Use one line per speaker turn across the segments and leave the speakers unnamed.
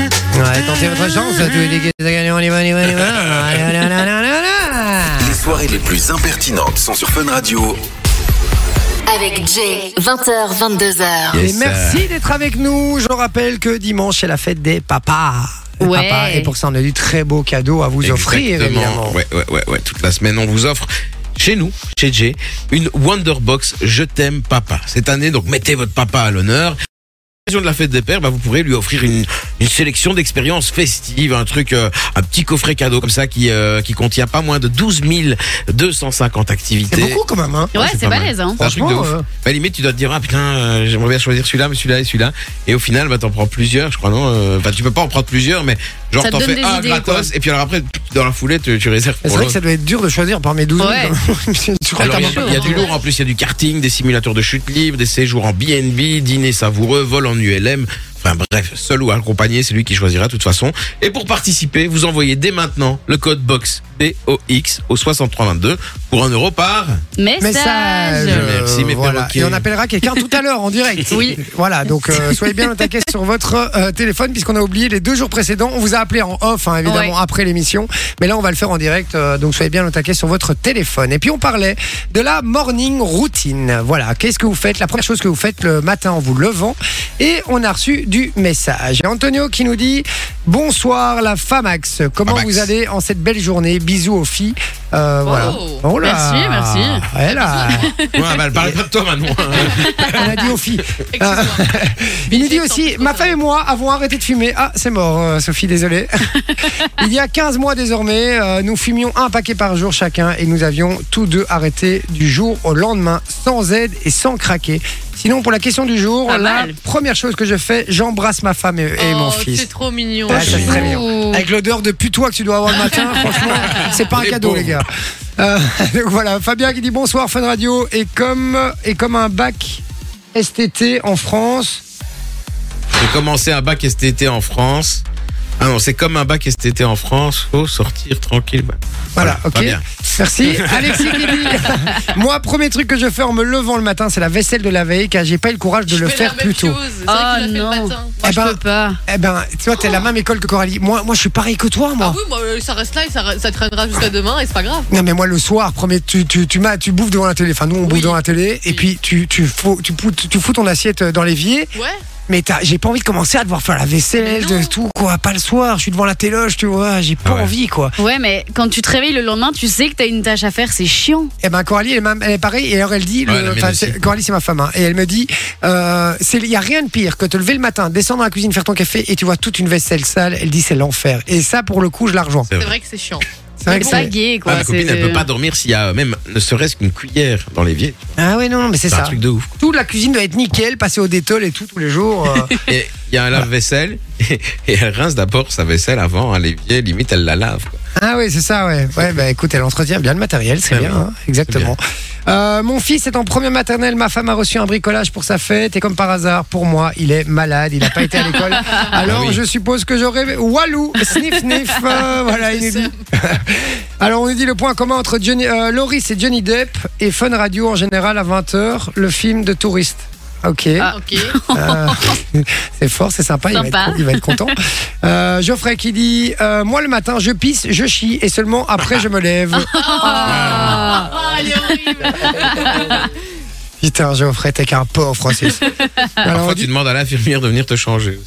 Ouais, tentez votre chance, tous les tickets, c'est gagné, on y va, on y va, on y va. Allez, allez, allez, allez, allez, allez.
Les soirées les plus impertinentes sont sur Fun Radio.
Avec Jay, 20h, 22h.
Et merci d'être avec nous. Je rappelle que dimanche, c'est la fête des papas. Des
Ouais.
papas. Et pour ça, on a du très beau cadeau à vous offrir, évidemment.
Exactement. Ouais, ouais, ouais, ouais. Toute la semaine, on vous offre. Chez nous, chez Jay, une Wonderbox Je t'aime papa. Cette année, donc mettez votre papa à l'honneur. À l'occasion de la fête des pères, bah, vous pourrez lui offrir une, une sélection d'expériences festives, un truc, euh, un petit coffret cadeau comme ça qui, euh, qui contient pas moins de 12 250 activités. Ah,
C'est beaucoup quand même, hein
Ouais,
c'est
c'est
pas mal.
balèze, hein.
C'est un truc de
Franchement,
ouf.
euh.
Bah, limite, tu dois te dire, ah putain, euh, j'aimerais bien choisir celui-là, mais celui-là et celui-là. Et au final, bah, t'en prends plusieurs, je crois, non euh, Enfin, tu peux pas en prendre plusieurs, mais genre,
Ça te
t'en
donne
fais
des
un
idées,
gratos, et puis alors après, dans la foulée, tu, tu réserves
Mais
pour
C'est vrai que
l'autre.
ça doit être dur de choisir parmi 12 000,
Ouais.
quand même. Je crois que
Alors,
t'as
il y a-
pas-
chaud,
il y, a du
hein.
lourd en plus, il y a du karting, des simulateurs de chute libre, des séjours en BNB, dîner savoureux, vol en ULM. Enfin bref, seul ou accompagné, c'est lui qui choisira de toute façon. Et pour participer, vous envoyez dès maintenant le code BOX B-O-X au 6322 pour un euro par.
Message.
message.
Merci, mes
Euh, voilà.
perroquets.
Et on appellera quelqu'un tout à l'heure en direct.
Oui.
Voilà, donc euh, soyez bien au taquet sur votre euh, téléphone puisqu'on a oublié les deux jours précédents. On vous a appelé en off, hein, évidemment,
Ouais.
après l'émission. Mais là, on va le faire en direct. euh, donc soyez bien au taquet sur votre téléphone. Et puis, on parlait de la morning routine. Voilà, qu'est-ce que vous faites La première chose que vous faites le matin en vous levant. Et on a reçu du message. Et Antonio qui nous dit Bonsoir, la Famax. Comment
Famax.
vous allez en cette belle journée Bisous aux filles. Euh, voilà.
Oh, merci, merci.
Ouais, là.
Ouais, bah, elle parle pas de toi, Manon.
On a dit aux filles. Il nous dit aussi Ma femme et moi avons arrêté de fumer. Ah, c'est mort, euh, Sophie, désolé. Il y a 15 mois désormais, euh, nous fumions un paquet par jour chacun et nous avions tous deux arrêté du jour au lendemain, sans aide et sans craquer. Sinon, pour la question du jour,
Pas
la
mal.
première chose que je fais, j'embrasse ma femme et, et mon fils.
Oh, C'est trop mignon.
Ouais, c'est très mignon.
Ouh.
Avec l'odeur de putois que tu dois avoir le matin, franchement, c'est pas un
Les
cadeau,
pauvres.
les gars. Euh, donc voilà, Fabien qui dit bonsoir, Fun Radio. Et comme, et comme un bac STT en France.
J'ai commencé un bac STT en France. Ah non, c'est comme un bac STT en France. Faut sortir tranquille. ouais.
Voilà,
pas
ok.
bien.
Merci. Alexis qui dit Moi, premier truc que je fais en me levant le matin, c'est la vaisselle de la veille, car j'ai pas eu le courage de le faire plus tôt.
Ah,
Ah non.
non.
Le matin.
Moi,
Eh ben-
je peux pas.
Eh ben, tu vois, t'es la même école que Coralie. Moi, moi je suis pareil que toi,
Ah
moi.
oui, moi, euh, ça reste là et ça, ça traînera jusqu'à demain et c'est pas grave.
Non mais moi le soir, premier, tu, tu, tu, m'as- tu bouffes devant la télé, enfin nous on bouffe
Oui.
devant la télé, et
Oui.
puis tu, tu, fous, tu, fous- tu fous ton assiette euh, dans l'évier,
Ouais.
Mais t'as- j'ai pas envie de commencer à devoir faire la vaisselle,
Mais non.
de tout, quoi. Pas le soir, je suis devant la téloge, tu vois, j'ai pas
Ah ouais.
envie, quoi.
Ouais, mais quand tu te réveilles le lendemain, tu sais que t'as une tâche à faire, c'est chiant.
Et ben, Coralie, elle, est même- elle est pareille, et alors elle dit, le-
Ouais, la mienne
enfin, c'est-
aussi.
Coralie, c'est ma femme, hein, et elle me dit, euh, c'est- il y a rien de pire que te lever le matin, descendre dans la cuisine, faire ton café, et tu vois toute une vaisselle sale, elle dit, c'est l'enfer. Et ça, pour le coup, je la rejoins.
C'est
C'est
vrai.
vrai que c'est chiant.
C'est vrai que
C'est pas
c'est-
gay, quoi.
Ah, ma copine,
c'est-
elle peut pas dormir s'il y a euh, même ne serait-ce qu'une cuillère dans l'évier.
Ah ouais, non, mais c'est
C'est un
ça.
truc de ouf.
Toute la cuisine doit être nickel, passer au détol et tout, tous les jours. euh.
Et il y a un lave-vaisselle et elle rince d'abord sa vaisselle avant à l'évier. Limite, elle la lave. quoi.
Ah oui, c'est ça, ouais. Ouais, bah écoute, elle entretient bien le matériel, c'est
Ah
bien,
oui,
hein, exactement. Euh, mon fils est en première maternelle, ma femme a reçu un bricolage pour sa fête, et comme par hasard, pour moi, il est malade, il n'a pas été à l'école. Alors
Ah oui.
je suppose que j'aurais. Walou, sniff, sniff, euh, voilà, il nous dit. Alors on nous dit le point commun entre Johnny, euh, Loris et Johnny Depp, et Fun Radio en général à 20h, le film de touriste. Ok.
Ok.
Euh, c'est fort, c'est sympa, Il, va
Ah, Sympa.
être, il va être content. Euh, Geoffrey qui dit euh, Moi le matin, je pisse, je chie et seulement après je me lève.
Ah.
Ah, elle est horrible.
Putain, Geoffrey, t'es qu'un porc, Francis.
Ah.
Alors, on
Parfois,
dit-
tu demandes à l'infirmière de venir te changer.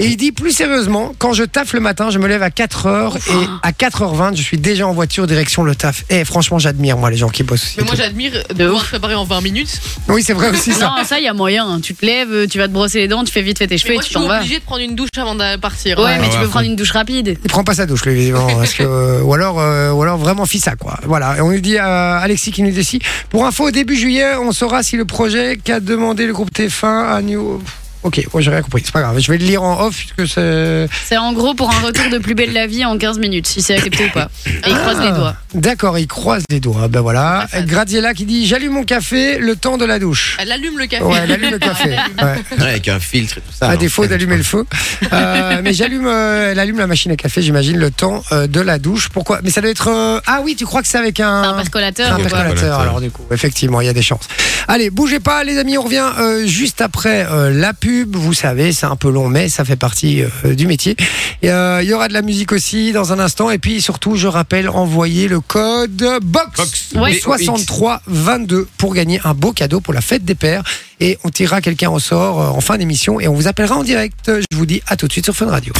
et il dit plus sérieusement Quand je taffe le matin, je me lève à 4h et à 4h20, je suis déjà en voiture direction le taf. Et franchement, j'admire moi les gens qui bossent aussi.
Mais moi, j'admire de pouvoir préparer en 20 minutes.
oui, c'est vrai aussi ça.
Non, ça, il y a moyen. hein. Tu te lèves, euh, tu vas te brosser les dents, tu fais vite fait tes
Mais
cheveux
moi,
et
je
tu
suis
t'en vas. Ouais,
obligée de prendre une douche avant de partir.
mais
Ah
Ah,
ouais,
tu
à
peux
fond.
prendre une douche rapide.
Il prend pas sa douche, lui, évidemment, parce que, euh, ou alors, euh, ou alors vraiment fils ça, quoi. Voilà. Et on nous dit, euh, Alexis qui nous dit ici, pour info, au début juillet, on saura si le projet qu'a demandé le groupe TF1 à New. Ok, ouais, j'ai rien compris, c'est pas grave. Je vais le lire en off, puisque c'est.
C'est en gros pour un retour de plus belle la vie en 15 minutes, si c'est accepté ou pas. Et il croise les doigts.
Ah, D'accord, il croise les doigts, ben voilà.
Pas fan.
Graziella qui dit, j'allume mon café le temps de la douche.
Elle allume le café.
Ouais, elle allume le café. Ouais.
Ouais, avec un filtre et tout ça.
à
non.
défaut d'allumer le feu. Euh, mais j'allume, euh, elle allume la machine à café, j'imagine, le temps euh, de la douche. Pourquoi Mais ça doit être. euh, Ah oui, tu crois que c'est avec
C'est un percolateur.
Un
Ouais.
percolateur, alors du coup, effectivement, il y a des chances. Allez, bougez pas, les amis, on revient euh, juste après euh, la pub. pub. Vous savez, c'est un peu long, mais ça fait partie euh, du métier. Et, euh, Il y aura de la musique aussi dans un instant. Et puis surtout, je rappelle, envoyez le code BOX,
Box.
au
Ouais.
63 22 pour gagner un beau cadeau pour la fête des pères. Et on tirera quelqu'un au sort euh, en fin d'émission et on vous appellera en direct. Je vous dis à tout de suite sur Fun Radio.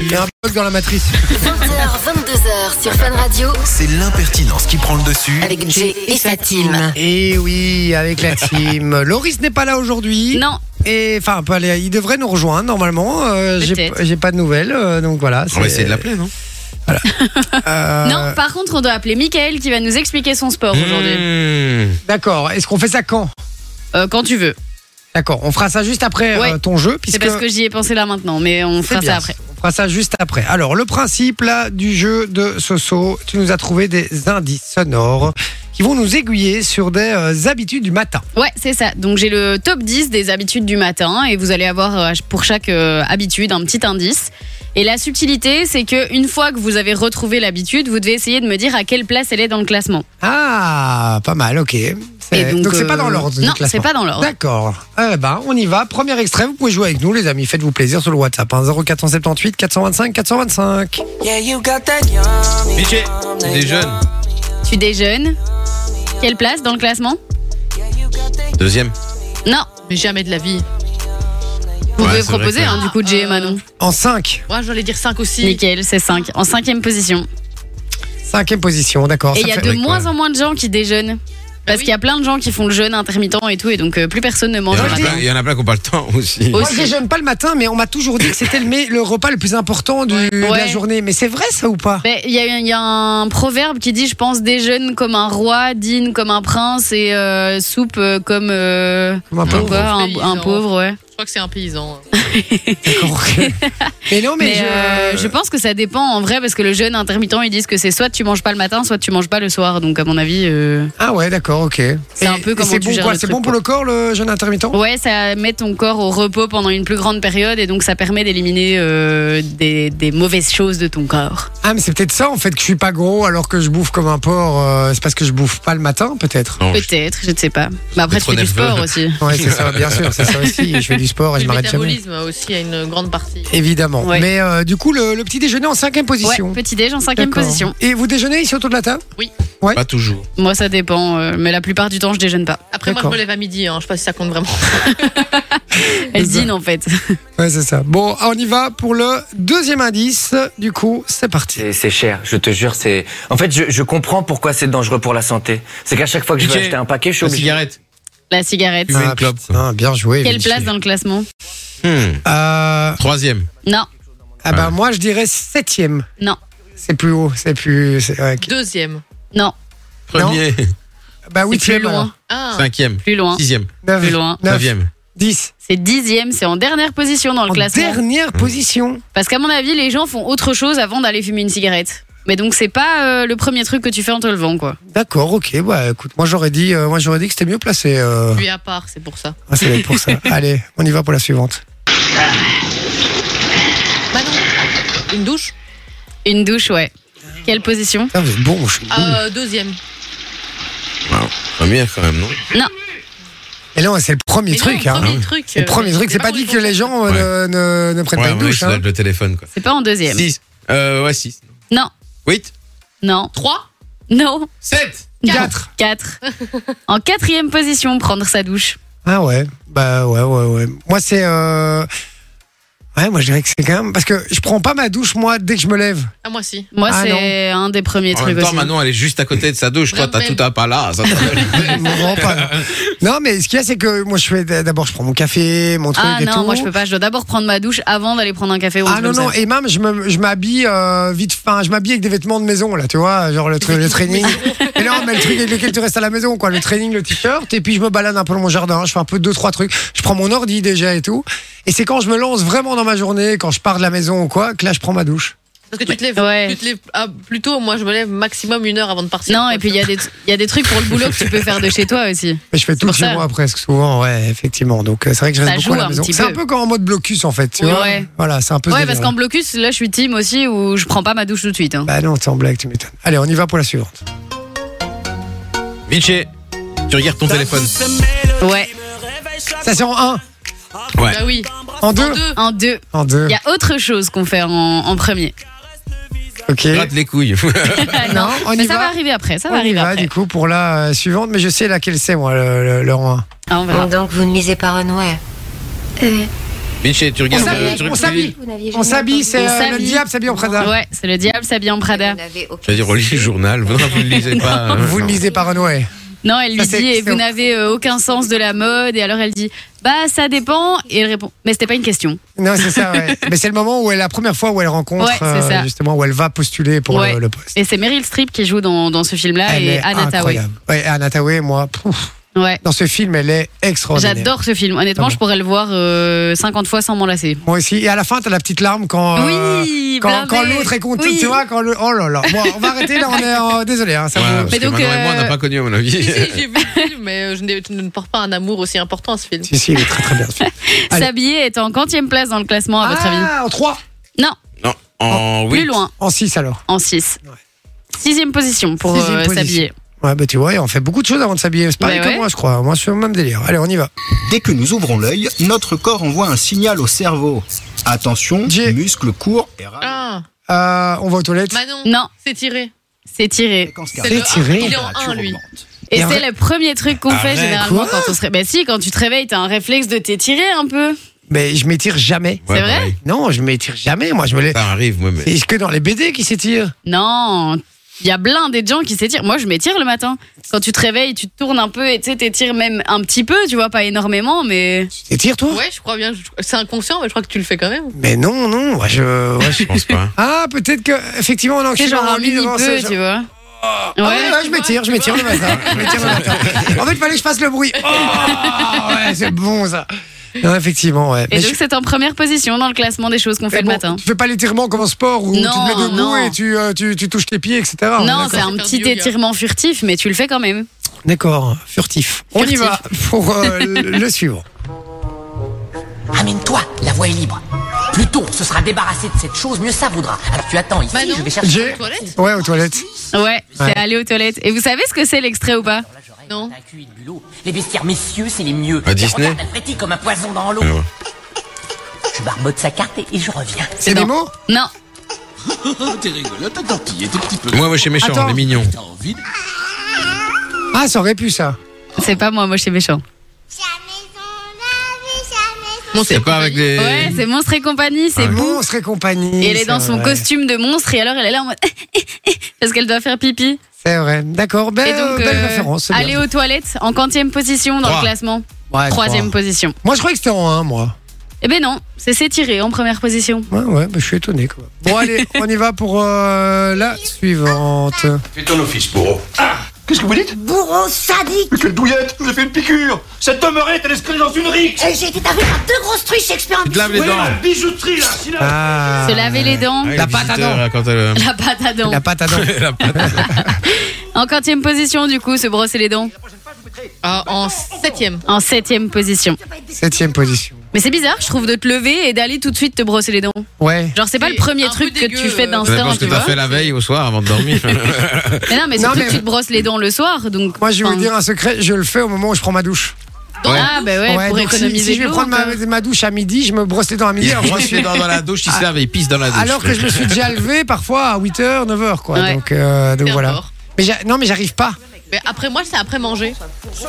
Il y a un bug dans la matrice.
20h, 22h sur Fun Radio
C'est l'impertinence qui prend le dessus.
avec Jay et sa team.
Et Eh oui, avec la team. Loris n'est pas là aujourd'hui.
Non,
Et enfin, pas les- il devrait nous rejoindre normalement. Euh, j'ai,
Peut-être.
j'ai pas de nouvelles, euh, donc voilà.
On va essayer de l'appeler, non
Euh,
non. Par contre, on doit appeler Michael qui va nous expliquer son sport aujourd'hui.
Mmh.
D'accord. Est-ce qu'on fait ça quand
Euh, quand tu veux.
D'accord. On fera ça juste après
Ouais.
euh, ton jeu,
C'est
puisque
parce que j'y ai pensé là maintenant, mais on
C'est
fera
bien.
ça après.
On fera ça juste après. Alors, le principe là du jeu de Soso, tu nous as trouvé des indices sonores qui vont nous aiguiller sur des euh, habitudes du matin.
Ouais, c'est ça. Donc j'ai le top 10 des habitudes du matin et vous allez avoir euh, pour chaque euh, habitude un petit indice. Et la subtilité, c'est que une fois que vous avez retrouvé l'habitude, vous devez essayer de me dire à quelle place elle est dans le classement.
Ah, pas mal. Ok. C'est-
Et
donc, c'est
euh,
pas dans l'ordre. du
Non,
classement.
c'est pas dans l'ordre.
D'accord. Eh ben, on y va. Premier extrait. Vous pouvez jouer avec nous, les amis. Faites-vous plaisir sur le WhatsApp. hein. 0478 425 425.
Yeah, you got that yummy.
Miché, des jeunes.
Tu déjeunes. Quelle place dans le classement
Deuxième.
Non.
Mais jamais de la vie.
Vous
Ouais, c'est
pouvez
vrai
proposer
que-
hein, du coup Jay et Manon.
En 5.
Moi, j'allais dire 5 aussi.
Nickel, c'est 5. En cinquième position.
Cinquième position. D'accord.
Et
Ça
il y a
fait-
de
oui, quand
moins
même.
en moins de gens qui déjeunent. Parce
oui.
qu'il y a plein de gens qui font le jeûne intermittent et tout, et donc euh, plus personne ne
Il
mange
y en
le
a
Bonjour.
plein-
matin.
il y en a plein qui n'ont pas le temps aussi.
Moi,
Aussi.
je déjeune pas le matin, mais on m'a toujours dit que c'était le, mais- le repas le plus important du- de la
Ouais.
journée. Mais c'est vrai, ça ou pas
Ben, Il y, a- il y a un proverbe qui dit, je pense, déjeune comme un roi, dîne comme un prince et euh, soupe euh, comme euh,
Comme un pauvre.
quoi, un,
Paysan.
un pauvre. Ouais.
Je crois que c'est un paysan.
D'accord. mais non, mais,
Mais
je.
euh, je pense que ça dépend en vrai parce que le jeûne intermittent, ils disent que c'est soit tu manges pas le matin, soit tu manges pas le soir. Donc à mon avis, euh,
Ah ouais, d'accord, ok.
C'est
Et-
un peu
et
comment
C'est
tu
bon,
gères
quoi
le
C'est
truc,
bon pour
quoi.
le corps, le jeûne intermittent
ouais, ça met ton corps au repos pendant une plus grande période et donc ça permet d'éliminer euh, des, des mauvaises choses de ton corps.
Ah, mais c'est peut-être ça, en fait, que je suis pas gros alors que je bouffe comme un porc. euh, c'est parce que je bouffe pas le matin, peut-être
Non, je-
Peut-être, je ne sais pas. Mais après, tu
trop
fais du
nerveux.
sport aussi.
Ouais, c'est ça, bien sûr, c'est ça aussi. Je fais du sport et je
le
m'arrête jamais.
métabolisme aussi a une grande partie.
Évidemment.
Ouais.
Mais euh, du coup, le, le petit déjeuner en cinquième
Ouais,
position.
petit déj en cinquième
D'accord.
position.
Et vous déjeunez ici autour de la table
Pas toujours.
Moi, ça dépend, euh, mais la plupart du temps, je déjeune pas.
Après, moi, je
D'accord.
me lève à midi. Hein. Je sais pas si ça compte vraiment.
Elle
C'est ça.
dîne en fait.
Ouais, c'est ça. Bon, ah, on y va pour le deuxième indice. Du coup, c'est parti.
C'est c'est cher, je te jure, c'est. En fait, je, je comprends pourquoi c'est dangereux pour la santé. C'est qu'à chaque fois que je vais
Mickey,
acheter un paquet, je suis
La
obligé.
cigarette.
La cigarette.
Fumer une
Ah,
clope. quoi.
Ah, bien joué.
Quelle
Vinci.
place dans le classement
Hmm.
Euh,
Troisième.
Non,
Ah bah moi, je dirais septième.
non,
C'est plus haut. C'est plus. c'est- ouais, ok.
Deuxième.
non.
Premier.
Bah
C'est plus
huitième.
loin.
Ah.
Cinquième.
Plus loin.
Sixième.
alors.
Plus loin.
Neuf,
Neuvième.
dix.
C'est dixième, c'est en dernière position dans le
En
classement.
dernière position.
Parce qu'à mon avis, les gens font autre chose avant d'aller fumer une cigarette. Mais donc, c'est pas euh, le premier truc que tu fais en te levant, quoi.
D'accord, ok. Bah écoute, moi j'aurais dit, euh, moi j'aurais dit que c'était mieux placé. euh.
Lui à part, c'est pour ça.
Ah, c'est bête pour ça. Allez, on y va pour la suivante.
Manon, Bah une douche
Une douche, ouais. Quelle position
Ah, vous êtes bon, je suis bon.
euh, Deuxième.
Wow. Première quand même, non
Et là, c'est le premier
Mais non,
truc. hein.
Premier truc.
Le
euh,
premier truc, c'est pas
où
dit
ils
que les
font ça.
gens euh, ne, ne- ne prennent
Ouais,
pas
à
une
mon avis,
douche.
ça doit
hein.
être le téléphone quoi.
C'est pas en deuxième.
Six. Euh, ouais, six.
Non,
Huit.
non,
Trois
non.
Sept.
non.
Quatre.
Quatre. en quatrième position, prendre sa douche.
Ah ouais, bah ouais, ouais, ouais. Moi, c'est. euh, Ouais, moi je dirais que c'est quand même. Parce que je prends pas ma douche, moi, dès que je me lève.
Ah, moi, si.
Moi,
Ah,
c'est un des premiers
En
trucs
même temps,
aussi.
Manon, elle est juste à côté de sa douche. Toi,
Non,
t'as
mais-
tout un palais. ça t'a-
Je me rends pas. Non, mais ce qu'il y a, c'est que moi, je fais. D'abord, je prends mon café, mon truc
Ah
et
non,
tout.
moi je peux pas. Je dois d'abord prendre ma douche avant d'aller prendre un café ou un
Ah
truc
non,
comme
non,
ça.
et même, je me- je m'habille euh, vite. Enfin, je m'habille avec des vêtements de maison, là, tu vois, genre le, tru- le training. Et non, mais le truc avec lequel tu restes à la maison, quoi. Le training, le t-shirt, et puis je me balade un peu dans mon jardin, je fais un peu deux, trois trucs. Je prends mon ordi déjà et tout. Et c'est quand je me lance vraiment dans ma journée, quand je pars de la maison ou quoi, que là, je prends ma douche.
Parce que tu te lèves,
Ouais.
tu te lèves ah, plus tôt. Moi, je me lève maximum une heure avant de partir.
Non, et puis il y, a des- il y a des trucs pour le boulot que tu peux faire de chez toi aussi.
Mais je fais tout
pour
chez
ça.
moi presque souvent, ouais, effectivement. Donc euh, c'est vrai que je reste
Ça
beaucoup à
joue
la
un
maison.
petit
C'est un
peu.
peu comme en mode blocus en fait, tu
Oui,
vois.
ouais.
Voilà, c'est un peu. ce
Ouais,
délire,
parce qu'en blocus, là je suis team aussi où je prends pas ma douche tout de suite. hein.
Bah non, t'es en blague, tu m'étonnes. Allez, on y va pour la suivante.
Vinci, tu regardes ton téléphone.
Ouais.
Ça, c'est en 1.
Ouais.
Bah oui.
En 2
deux.
En deux.
En 2.
Il y a autre chose qu'on fait en, en premier.
Ok.
Gratte les couilles.
Ah,
non,
on y
mais ça
va.
va arriver après. Ça va
On y
arriver
va,
après.
du coup, pour la euh, suivante, mais je sais laquelle c'est, moi, le, le, le rang 1.
Ah, on verra.
Donc vous ne misez pas Renouet.
Eh.
Michel, tu regardes
s'habille,
le truc.
on s'habille.
Vous n'aviez
On
jamais
s'habille,
entendu
c'est
On
euh, le
s'habille.
diable s'habille en Prada.
Ouais, c'est le diable s'habillé en
Vous
Prada.
n'avez aucun
Je veux dire, on lit le journal. Non, vous ne lisez pas. hein.
Vous ne lisez pas Renoué.
Non, elle lui
Ça, c'est-
dit, et
c'est-
vous n'avez euh, aucun sens de la mode. Et alors elle dit, bah ça dépend. Et elle répond, mais c'était pas une question.
Non, c'est ça, ouais. Mais c'est le moment où elle, la première fois où elle rencontre,
Ouais, c'est
euh,
ça.
justement, où elle va postuler pour
Ouais.
le, le poste.
Et c'est Meryl Streep qui joue dans, dans ce film-là
Elle
et
est
Anna Tawai.
incroyable. Ouais, Anna Tawai, moi, pouf,
Ouais.
dans ce film, elle est extraordinaire.
J'adore ce film.
Ah
Honnêtement,
bon.
je pourrais le voir euh, 50 fois sans m'en lasser.
Moi aussi. Et à la fin, t'as la petite larme quand. euh,
oui,
Quand,
blindé.
quand l'autre est content,
Oui.
tu vois, quand le. Oh là là. Bon, on va arrêter là, on est. en- Désolé, hein, ça
Ouais,
vous-
parce
Mais
que
donc,
Manon et moi, on n'a
euh,
pas connu, à mon avis.
Si, si, j'ai vu le film, mais euh, je, n'ai- je ne porte pas un amour aussi important à ce film.
Si, si, il est très très bien. ce film. Allez.
S'habiller est en quantième place dans le classement, à votre avis
Ah, en 3
Non,
Non, en oui.
plus loin,
En 6 alors.
en 6. Sixième position pour
Sixième
euh,
position.
s'habiller.
Ouais, bah tu vois, on fait beaucoup de choses avant de s'habiller. C'est pareil
Mais
que
Bah ouais.
moi, je crois. Moi, je suis au même délire. Allez, on y va.
Dès que nous ouvrons l'œil, notre corps envoie un signal au cerveau. Attention,
J'ai-
muscles courts et rats.
Ah,
Euh, on va aux toilettes.
Manon,
Non,
c'est tiré.
c'est tiré.
C'est le
Tiré. eh ben,
un, il est en un, lui.
Et
Et
c'est le premier truc qu'on fait
Arrête,
généralement
quoi
quand on se réveille. Bah si, quand tu te réveilles, t'as un réflexe de t'étirer un peu.
Mais je m'étire jamais.
Ouais,
C'est vrai
pareil.
Non, je m'étire jamais. Moi, je me laisse.
Ça arrive, moi, mais.
C'est que dans les BD qui s'étirent.
Non, il y a plein des gens qui s'étirent. Moi, je m'étire le matin. Quand tu te réveilles, tu te tournes un peu et tu sais, t'étires même un petit peu, tu vois, pas énormément, mais.
Tu t'étires, toi
Ouais, je crois bien. je- C'est inconscient, mais je crois que tu le fais quand même.
Mais non, non. Moi, je. moi,
Euh,
je-
Je pense pas.
Ah, peut-être que. Effectivement, on
C'est genre un mini peu, tu vois.
Ah, Ouais,
Ouais.
ouais, je m'étire, je m'étire le matin. Je m'étire le matin. En fait, il fallait que je fasse le bruit. Oh, ouais, c'est bon ça. Non, effectivement, ouais.
Et
Mais
donc,
je-
c'est en première position dans le classement des choses qu'on
mais
fait le
bon,
matin.
Tu fais pas l'étirement comme en sport où tu
Non,
te mets debout
non.
et tu, euh, tu, tu touches tes pieds, etc. On est
Non, c'est
d'accord.
un
Faire
petit
du yoga.
étirement furtif, mais tu le fais quand même.
D'accord, furtif. On y
Furtif.
va pour euh, le suivant.
Amène-toi, la voie est libre. Plus tôt on se sera débarrassé de cette chose, mieux ça vaudra. Alors tu attends ici,
Manon,
je vais chercher.
J'ai.
toilettes
Ouais, aux toilettes.
Ouais, c'est aller aux toilettes. Et vous savez ce que c'est l'extrait ou pas
Non.
Un cul et de bulot. Les vestiaires messieurs, c'est les mieux.
À Disney
Regarde Alfretti comme un poison dans l'eau.
Ouais, ouais.
Je barbote sa carte et, et je reviens.
C'est des
non.
mots
Non.
Moi, moi, je suis méchant,
Attends.
on est mignon.
Ah, ça aurait pu ça.
C'est pas moi, moi je suis méchant.
Bon,
C'est pas avec les.
Ouais, c'est Monstre et compagnie,
Ah
c'est Boo.
Monstre et compagnie.
Et elle est
c'est
dans son
vrai.
costume de monstre et alors elle est là en mode parce qu'elle doit faire pipi.
C'est vrai. D'accord,
Et
belle,
donc
belle
euh,
référence. c'est
aller
bien.
aux toilettes en quantième position dans
Trois.
le classement,
Ouais,
troisième
trois.
position.
Moi, je croyais que c'était en 1, moi.
Eh ben non, c'est s'étirer en première position.
Ouais, ouais, bah, je suis étonné. Quoi. Bon, allez, on y va pour euh, la suivante.
Fais ton office, bourreau. Ah Qu'est-ce que vous dites
Bourreau sadique
Mais quelle douillette Je vous ai fait une piqûre Cette demeurette, elle est scellée dans une rixe
J'ai été tapé par deux grosses truies Shakespeare
Tu te laves les
Vous voyez
dents.
la bijouterie, là, si là-
Ah,
Se laver les dents,
Ouais,
La
les
pâte à
visiteurs,
dents.
là, quand elle-
la pâte à dents.
la pâte à dents.
La pâte.
En quantième position du coup, se brosser les dents.
Ah, en septième.
En septième position.
Septième position.
Mais c'est bizarre, je trouve, de te lever et d'aller tout de suite te brosser les dents.
Ouais.
Genre c'est pas
C'est
le premier
un
truc
peu
que
dégueu,
tu fais
Ça
euh,
dépend
d'instinct,
ce que
tu
t'as
vois.
fait la veille au soir avant de dormir.
Mais non, mais
Non,
surtout
mais-
que tu te brosses les dents le soir, donc.
Moi, je vais
enfin,
vous dire un secret. Je le fais au moment où je prends ma douche.
Ouais.
Ah bah ouais, pour
donc si-
économiser
si, je vais
de l'eau, hein.
prendre ma,
quoi.
ma douche à midi, je me brosse les dents à midi.
Il
Alors,
brosse les dents dans la douche, il se lave et il pisse dans la douche.
Ah. alors que je me suis déjà levé parfois à 8h, 9h, quoi.
Ouais.
Donc, euh, donc
Et
voilà.
encore.
Mais j'a- non, mais j'arrive pas.
Mais après, moi, c'est après manger.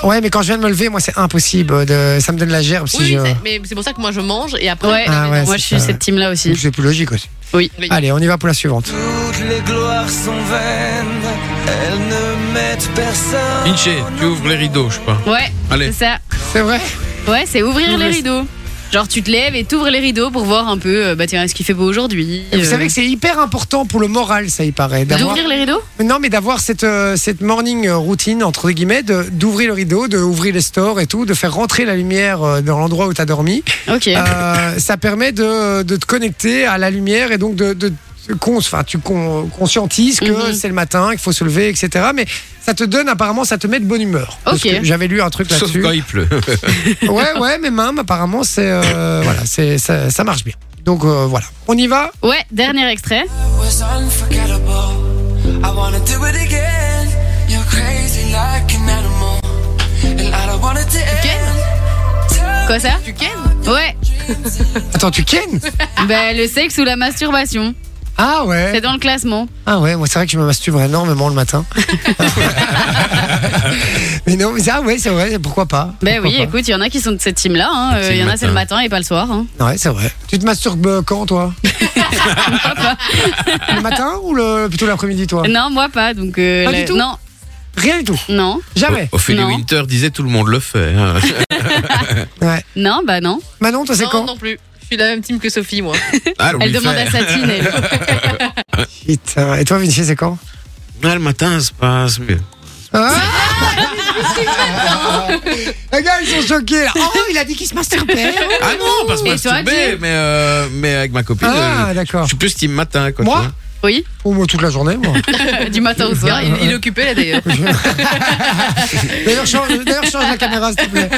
Ouais, mais quand je viens de me lever, moi, c'est impossible. De... Ça me donne la gerbe si
Oui,
je.
c'est- mais c'est pour ça que moi, je mange et après.
Ouais,
Ah ouais,
moi
c'est
je suis
ça, ouais.
cette team là aussi.
C'est plus logique aussi.
Oui.
Oui.
Allez, on y va pour la suivante.
Toutes les gloires sont vaines, elles ne mettent personne.
Vinci, tu ouvres les rideaux, je sais pas.
Ouais,
Allez.
c'est ça.
C'est vrai
Ouais, c'est ouvrir les
Ouvrir-
rideaux. Genre tu te lèves et t'ouvres les rideaux pour voir un peu, euh, bah tiens, ce qu'il fait beau aujourd'hui.
Et Vous
euh,
savez que c'est hyper important pour le moral, ça, il paraît. D'avoir...
D'ouvrir les rideaux
Non, mais d'avoir cette, euh, cette morning euh, routine, entre guillemets, de- d'ouvrir le rideau, de ouvrir les stores et tout, de faire rentrer la lumière euh, dans l'endroit où tu as dormi.
Ok.
Euh, ça permet de, de te connecter à la lumière et donc de. de de cons- Enfin, tu con- conscientises que
Mhm.
c'est le matin, qu'il faut se lever, etc. Mais ça te donne, apparemment, ça te met de bonne humeur. Parce
Ok.
que J'avais lu un truc
Sauf
là-dessus.
quand il pleut.
Ouais, ouais, mais même, apparemment, c'est euh, voilà, c'est ça, ça marche bien. Donc euh, voilà, on y va.
Ouais, dernier extrait.
was unforgettable. I wanna do it again. You're crazy like an animal, and I don't want it to end.
Quoi ça
Tu ken
Ouais.
Attends, tu ken
Ben, le sexe ou la masturbation.
Ah ouais
C'est dans le classement.
Ah ouais, moi c'est vrai que je me masturbe énormément le matin. mais non, mais ah ouais, c'est vrai, pourquoi pas
Ben
Pourquoi
oui,
pas.
écoute, il y en a qui sont de cette team-là. hein.
C'est
Euh, Il y
le
en a, c'est le matin et pas le soir. hein.
Ouais, c'est vrai. Tu te masturbes euh, quand toi Le matin ou le, plutôt l'après-midi toi
Non, moi pas. Donc, euh,
Pas
la-
du tout
Non,
Rien du tout,
non,
jamais.
Ophélie
Non.
Winter disait tout le monde le fait. hein.
Ouais.
non, bah non.
Manon, toi c'est
Non,
quand
non plus. Je suis la même team que Sophie, moi.
Ah, on
Elle
le
demande
fait.
à Satine. elle.
Putain, Et toi Vinci, c'est quand
Ah, le matin, c'est pas. c'est mieux.
Ah Les gars, ils sont choqués là. Oh, il a dit qu'il se masturbait.
Ah non, pas se
Et toi,
masturber,
Jay
mais, euh, mais avec ma copine.
Ah,
euh,
d'accord.
Je suis plus team matin. Quoi,
Moi
tu vois.
Oui,
Ou Oh, moi toute la journée, moi.
du matin au soir.
Regarde, il, il est occupé, là, d'ailleurs.
D'ailleurs, change, d'ailleurs, change la caméra, s'il te plaît.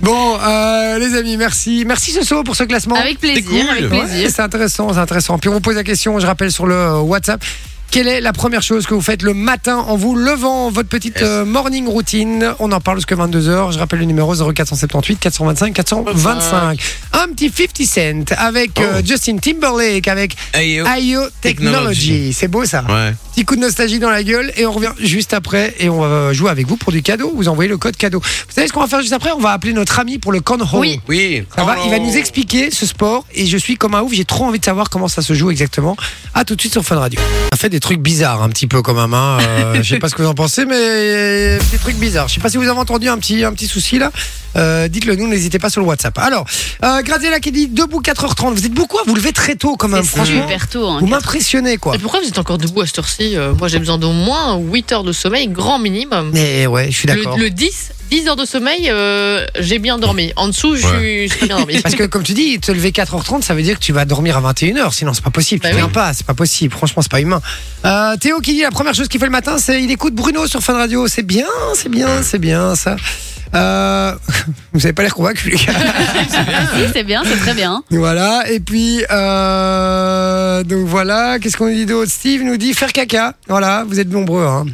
Bon, euh, les amis, merci. Merci Soso pour ce classement.
Avec plaisir,
cool.
avec
Ouais,
plaisir.
c'est intéressant, c'est intéressant. Puis on vous pose la question, je rappelle sur le euh, WhatsApp. Quelle est la première chose que vous faites le matin en vous levant Votre petite euh, morning routine. On en parle jusqu'à 22h. Je rappelle le numéro 0478 425 425. Un petit 50 Cent avec
Oh.
euh, Justin Timberlake, avec
Hey, yo.
IO Technology.
Technology.
C'est beau ça.
Ouais.
Petit coup de nostalgie dans la gueule et on revient juste après et on va jouer avec vous pour du cadeau. Vous envoyez le code cadeau. Vous savez ce qu'on va faire juste après On va appeler notre ami pour le con home.
Oui.
Oui.
Ça va,
Oh
il va
non.
nous expliquer ce sport et je suis comme un ouf, j'ai trop envie de savoir comment ça se joue exactement. À tout de suite sur Fun Radio. On a fait des trucs bizarres un petit peu quand même. Hein. Euh, je sais pas ce que vous en pensez, mais euh, des trucs bizarres. Je sais pas si vous avez entendu un petit, un petit souci là. Euh, Dites-le nous, n'hésitez pas sur le WhatsApp. Alors, euh, Graziella qui dit debout 4h30. Vous êtes beaucoup à vous lever très tôt quand même,
C'est
Bah, franchement.
super tôt. hein.
Vous m'impressionnez quoi.
Et pourquoi vous êtes encore debout à cette heure-ci Euh, Moi, j'ai besoin d'au moins 8 heures de sommeil, grand minimum.
Mais ouais, je suis d'accord.
Le, le 10, 10 heures de sommeil, euh, j'ai bien dormi. En dessous, je suis- je suis pas bien dormi.
Parce que comme tu dis, te lever 4h30, ça veut dire que tu vas dormir à 21h, sinon c'est pas possible.
Bah
tu
oui.
viens pas, c'est pas possible. Franchement, c'est pas humain. Euh, Théo qui dit la première chose qu'il fait le matin, c'est il écoute Bruno sur Fun Radio. C'est bien, c'est bien, c'est bien ça. Euh, vous avez pas l'air convaincu, les gars.
Ah, Si, c'est bien, c'est très bien.
voilà. Et puis, euh, donc voilà. Qu'est-ce qu'on nous dit d'autre Steve nous dit faire caca. Voilà, vous êtes nombreux. Hein.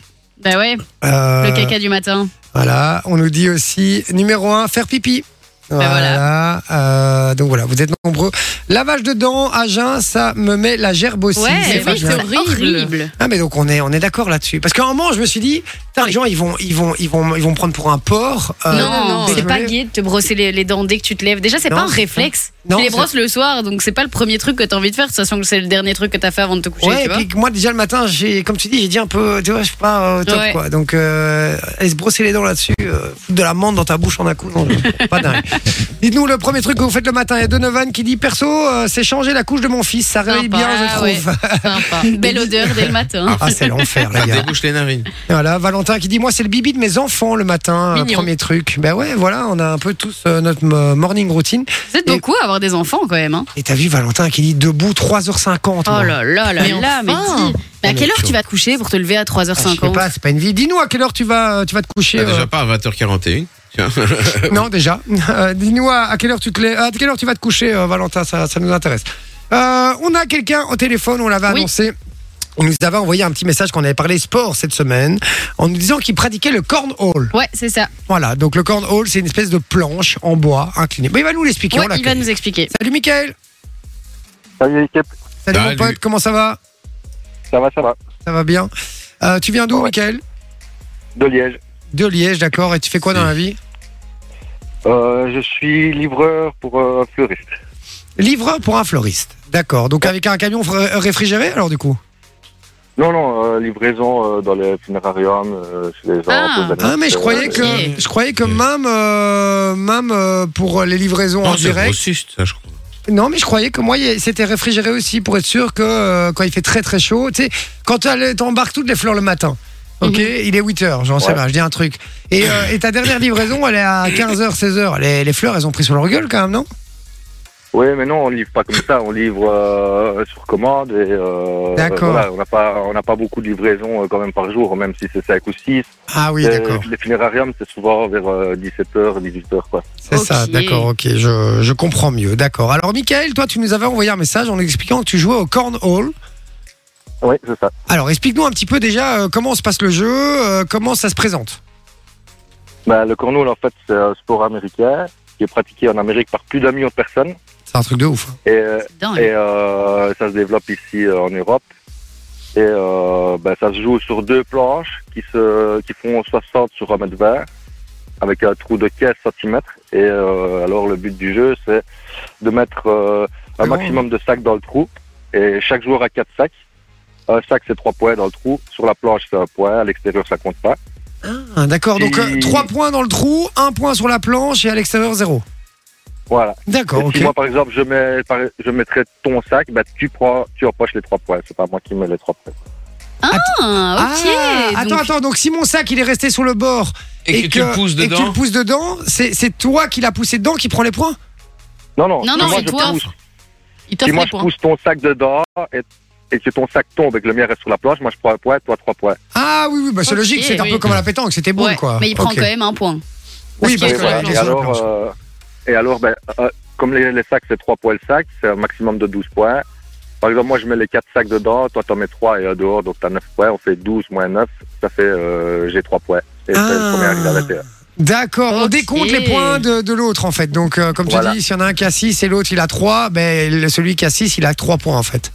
Bah ouais,
Euh,
le caca du matin.
Voilà, on nous dit aussi numéro 1, faire pipi.
Ben
euh, donc voilà, vous êtes nombreux. Lavage de dents à jeun, ça me met la gerbe aussi.
Ouais,
C'est
oui,
pas
c'est
bien.
horrible.
horrible.
Ah mais donc on est on est d'accord là-dessus parce qu'à un moment je me suis dit putain, les gens ils vont ils vont ils vont ils vont me prendre pour un porc euh,
non, non,
dès
c'est
que
pas
je me lève.
gay de te brosser les, les dents dès que tu te lèves. Déjà, c'est
Non,
pas un
c'est
réflexe.
Non,
tu les
c'est-
brosses le soir, donc c'est pas le premier truc que t'as envie de faire. De toute façon, c'est le dernier truc que t'as fait avant de te coucher.
Ouais,
tu
et
vois.
puis que moi déjà le matin, j'ai comme tu dis, j'ai dit un peu tu vois, je suis pas euh, top
Ouais.
quoi. Donc euh, aller se brosser les dents là-dessus, euh, foutre de la menthe dans ta bouche en un coup, non, je- pas dingue. Dites-nous le premier truc que vous faites le matin, il y a Donovan qui dit perso, euh, c'est changer la couche de mon fils, ça réveille
Sympa,
bien, je trouve.
Sympa.
Belle odeur dès le matin.
Ah, c'est l'enfer, les
hein. Ça
gars.
débouche les narines.
Voilà, Valentin qui dit Moi, c'est le bibi de mes enfants le matin, euh,
Mignon.
premier truc. Ben ouais, voilà, on a un peu tous euh, notre euh, morning routine.
Vous êtes beaucoup à avoir des enfants quand même. Hein.
Et t'as vu Valentin qui dit Debout 3h50.
Oh
moi.
là là là
Mais
là, mais
enfin.
dis. Mais à quelle heure tu vas te coucher pour te lever à
Ah, je sais
3h50
pas, c'est pas une vie. Dis-nous à quelle heure tu vas, euh, tu vas te coucher.
Bah,
euh,
déjà pas à 20h41. tiens.
Non, déjà. Euh, Dis-nous à, à quelle heure tu te lèves- à quelle heure tu vas te coucher, euh, Valentin, ça, ça nous intéresse. Euh, on a quelqu'un au téléphone, on l'avait
Oui.
annoncé. On nous avait envoyé un petit message qu'on avait parlé sport cette semaine en nous disant qu'il pratiquait le cornhole.
Ouais, c'est ça.
Voilà, donc le cornhole, c'est une espèce de planche en bois inclinée. Mais il va nous l'expliquer.
Ouais,
on
il va
l'accueille.
nous expliquer.
Salut Mickaël
Salut l'équipe,
Salut mon
Salut.
pote, comment ça va
ça va, ça va.
Ça va bien Euh, Tu viens d'où
Ouais.
Mickaël
De Liège.
De Liège, d'accord. Et tu fais quoi dans la vie
Euh, je suis livreur pour euh, fleuriste.
Livreur pour un floriste. D'accord. Donc avec un camion fr- réfrigéré alors du coup
Non, non, euh, livraison euh, dans les funérariums, euh, chez les gens.
Ah.
pour les euh,
Ah mais je
animateurs,
croyais que
Ok.
je croyais que
Ok.
même euh, même euh, pour les livraisons en
Non, c'est
direct.
grossiste, ça, je crois.
Non mais je croyais que moi il y a- c'était réfrigéré aussi pour être sûr que euh, quand il fait très très chaud, tu sais quand t'as le- t'embarques toutes les fleurs le matin. Ok, il est 8h, j'en sais
Ouais.
pas, je dis un truc. Et, euh, et ta dernière livraison, elle est à 15h, 16h. Les, les fleurs, elles ont pris sur leur gueule quand même, non
Oui, mais non, on livre pas comme ça. On livre euh, sur commande et euh,
D'accord.
voilà, on n'a pas, on n'a pas beaucoup de livraisons euh, quand même par jour, même si c'est 5 ou 6.
Ah oui, d'accord.
les funérariums, c'est souvent vers euh, 17h, 18h, quoi.
C'est ça,
Ok.
d'accord, ok, je, je comprends mieux, d'accord. Alors, Michael, toi, tu nous avais envoyé un message en expliquant que tu jouais au cornhole.
Oui, c'est ça.
Alors, explique-nous un petit peu déjà euh, comment se passe le jeu, euh, comment ça se présente.
Bah, le cornhole, en fait, c'est un sport américain. qui est pratiqué en Amérique par plus d'un million de personnes.
C'est un truc de ouf. hein.
Et, et euh, ça se développe ici euh, en Europe. Et euh, ben, ça se joue sur deux planches qui, se, qui font 60 sur 1m20 avec un trou de 15 cm. Et euh, alors le but du jeu, c'est de mettre euh,
Ah
un maximum de sacs dans le trou. Et chaque joueur a quatre sacs. Un sac, c'est trois points dans le trou. Sur la planche, c'est un point. À l'extérieur, ça compte pas.
Ah, D'accord, donc
Et-
3 points dans le trou, 1 point sur la planche et à l'extérieur 0.
Voilà.
D'accord,
Et
ok.
Si moi, par exemple, je, mets, par- je mettrais ton sac, ben, tu, prends, tu empoches les trois points. C'est pas moi qui mets les trois points.
Ah, ok.
attends,
donc-
attends, donc si mon sac il est resté sur le bord
Et que tu le pousses
et que tu
dedans
le pousses dedans, c'est c'est toi qui l'as poussé dedans qui prend les points
Non, non,
Non,
si
non,
moi,
c'est
je
toi.
pousse-
Il
si
t'offre
moi,
les
je
points.
pousse ton sac dedans et, et que ton sac tombe et que le mien reste sur la planche, moi, je prends un point, toi, trois points.
Ah oui, oui, bah c'est
Ok,
logique, c'est un
oui.
peu comme à la pétanque, c'était bon
Ouais,
quoi.
Mais il prend
Ok.
quand même un point.
Oui, parce
Et,
que
voilà.
la-
Et alors, euh, et alors ben, euh, comme les, les sacs, c'est 3 points le sac, c'est un maximum de 12 points. Par exemple, moi, je mets les 4 sacs dedans, toi, t'en mets 3 et un dehors, donc t'as 9 points. On fait 12 moins 9, ça fait euh, j'ai 3 points. Et c'est le premier
Ah.
arrivé à la terre.
D'accord, on décompte les points de, de l'autre en fait. Donc euh, comme
Voilà.
tu dis, s'il y en a un qui a 6 et l'autre il a 3, ben, le- celui qui a 6 il a 3 points en fait.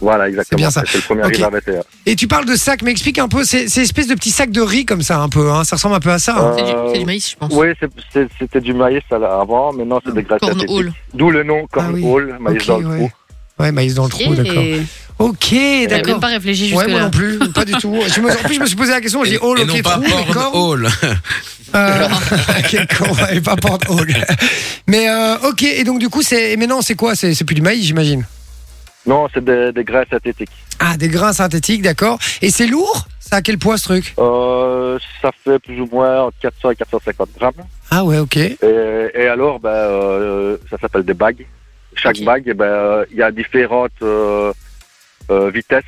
Voilà, exactement.
bien ça.
C'est le premier arrivé à la terre.
Et tu parles de sac, mais explique un peu, c'est c'est espèce de petit sac de riz comme ça un peu, hein, ça ressemble un peu à ça. hein.
Euh,
maïs, je Ah,
Oui, c'est- c'est- c'était du maïs à la- avant, maintenant c'est des graisses
cornhole.
synthétiques. D'où le nom cornhole, maïs
Ah
dans
Ok,
le
ouais.
trou.
Ouais, maïs dans le trou, d'accord. Ok,
J'avais
d'accord.
même pas réfléchi
Ouais,
jusque-là.
moi non plus, Oh, pas du tout. Je me- en plus, je me suis posé la question, j'ai dit hall,
et
ok,
non pas
trou, mais corne.
Pornhole.
Euh, quel con, et pas porte hall. Mais euh, ok, et donc du coup, c'est et maintenant, c'est quoi C'est c'est plus du maïs, j'imagine
Non, c'est des, des graisses synthétiques.
Ah, des grains synthétiques, d'accord. Et c'est lourd Ça a quel poids ce truc
Euh, ça fait plus ou moins entre 400 et 450 grammes.
Ah ouais, ok.
Et, et alors, ben, euh, ça s'appelle des bagues. Chaque bague, eh ben, euh, il y a différentes euh, euh, vitesses.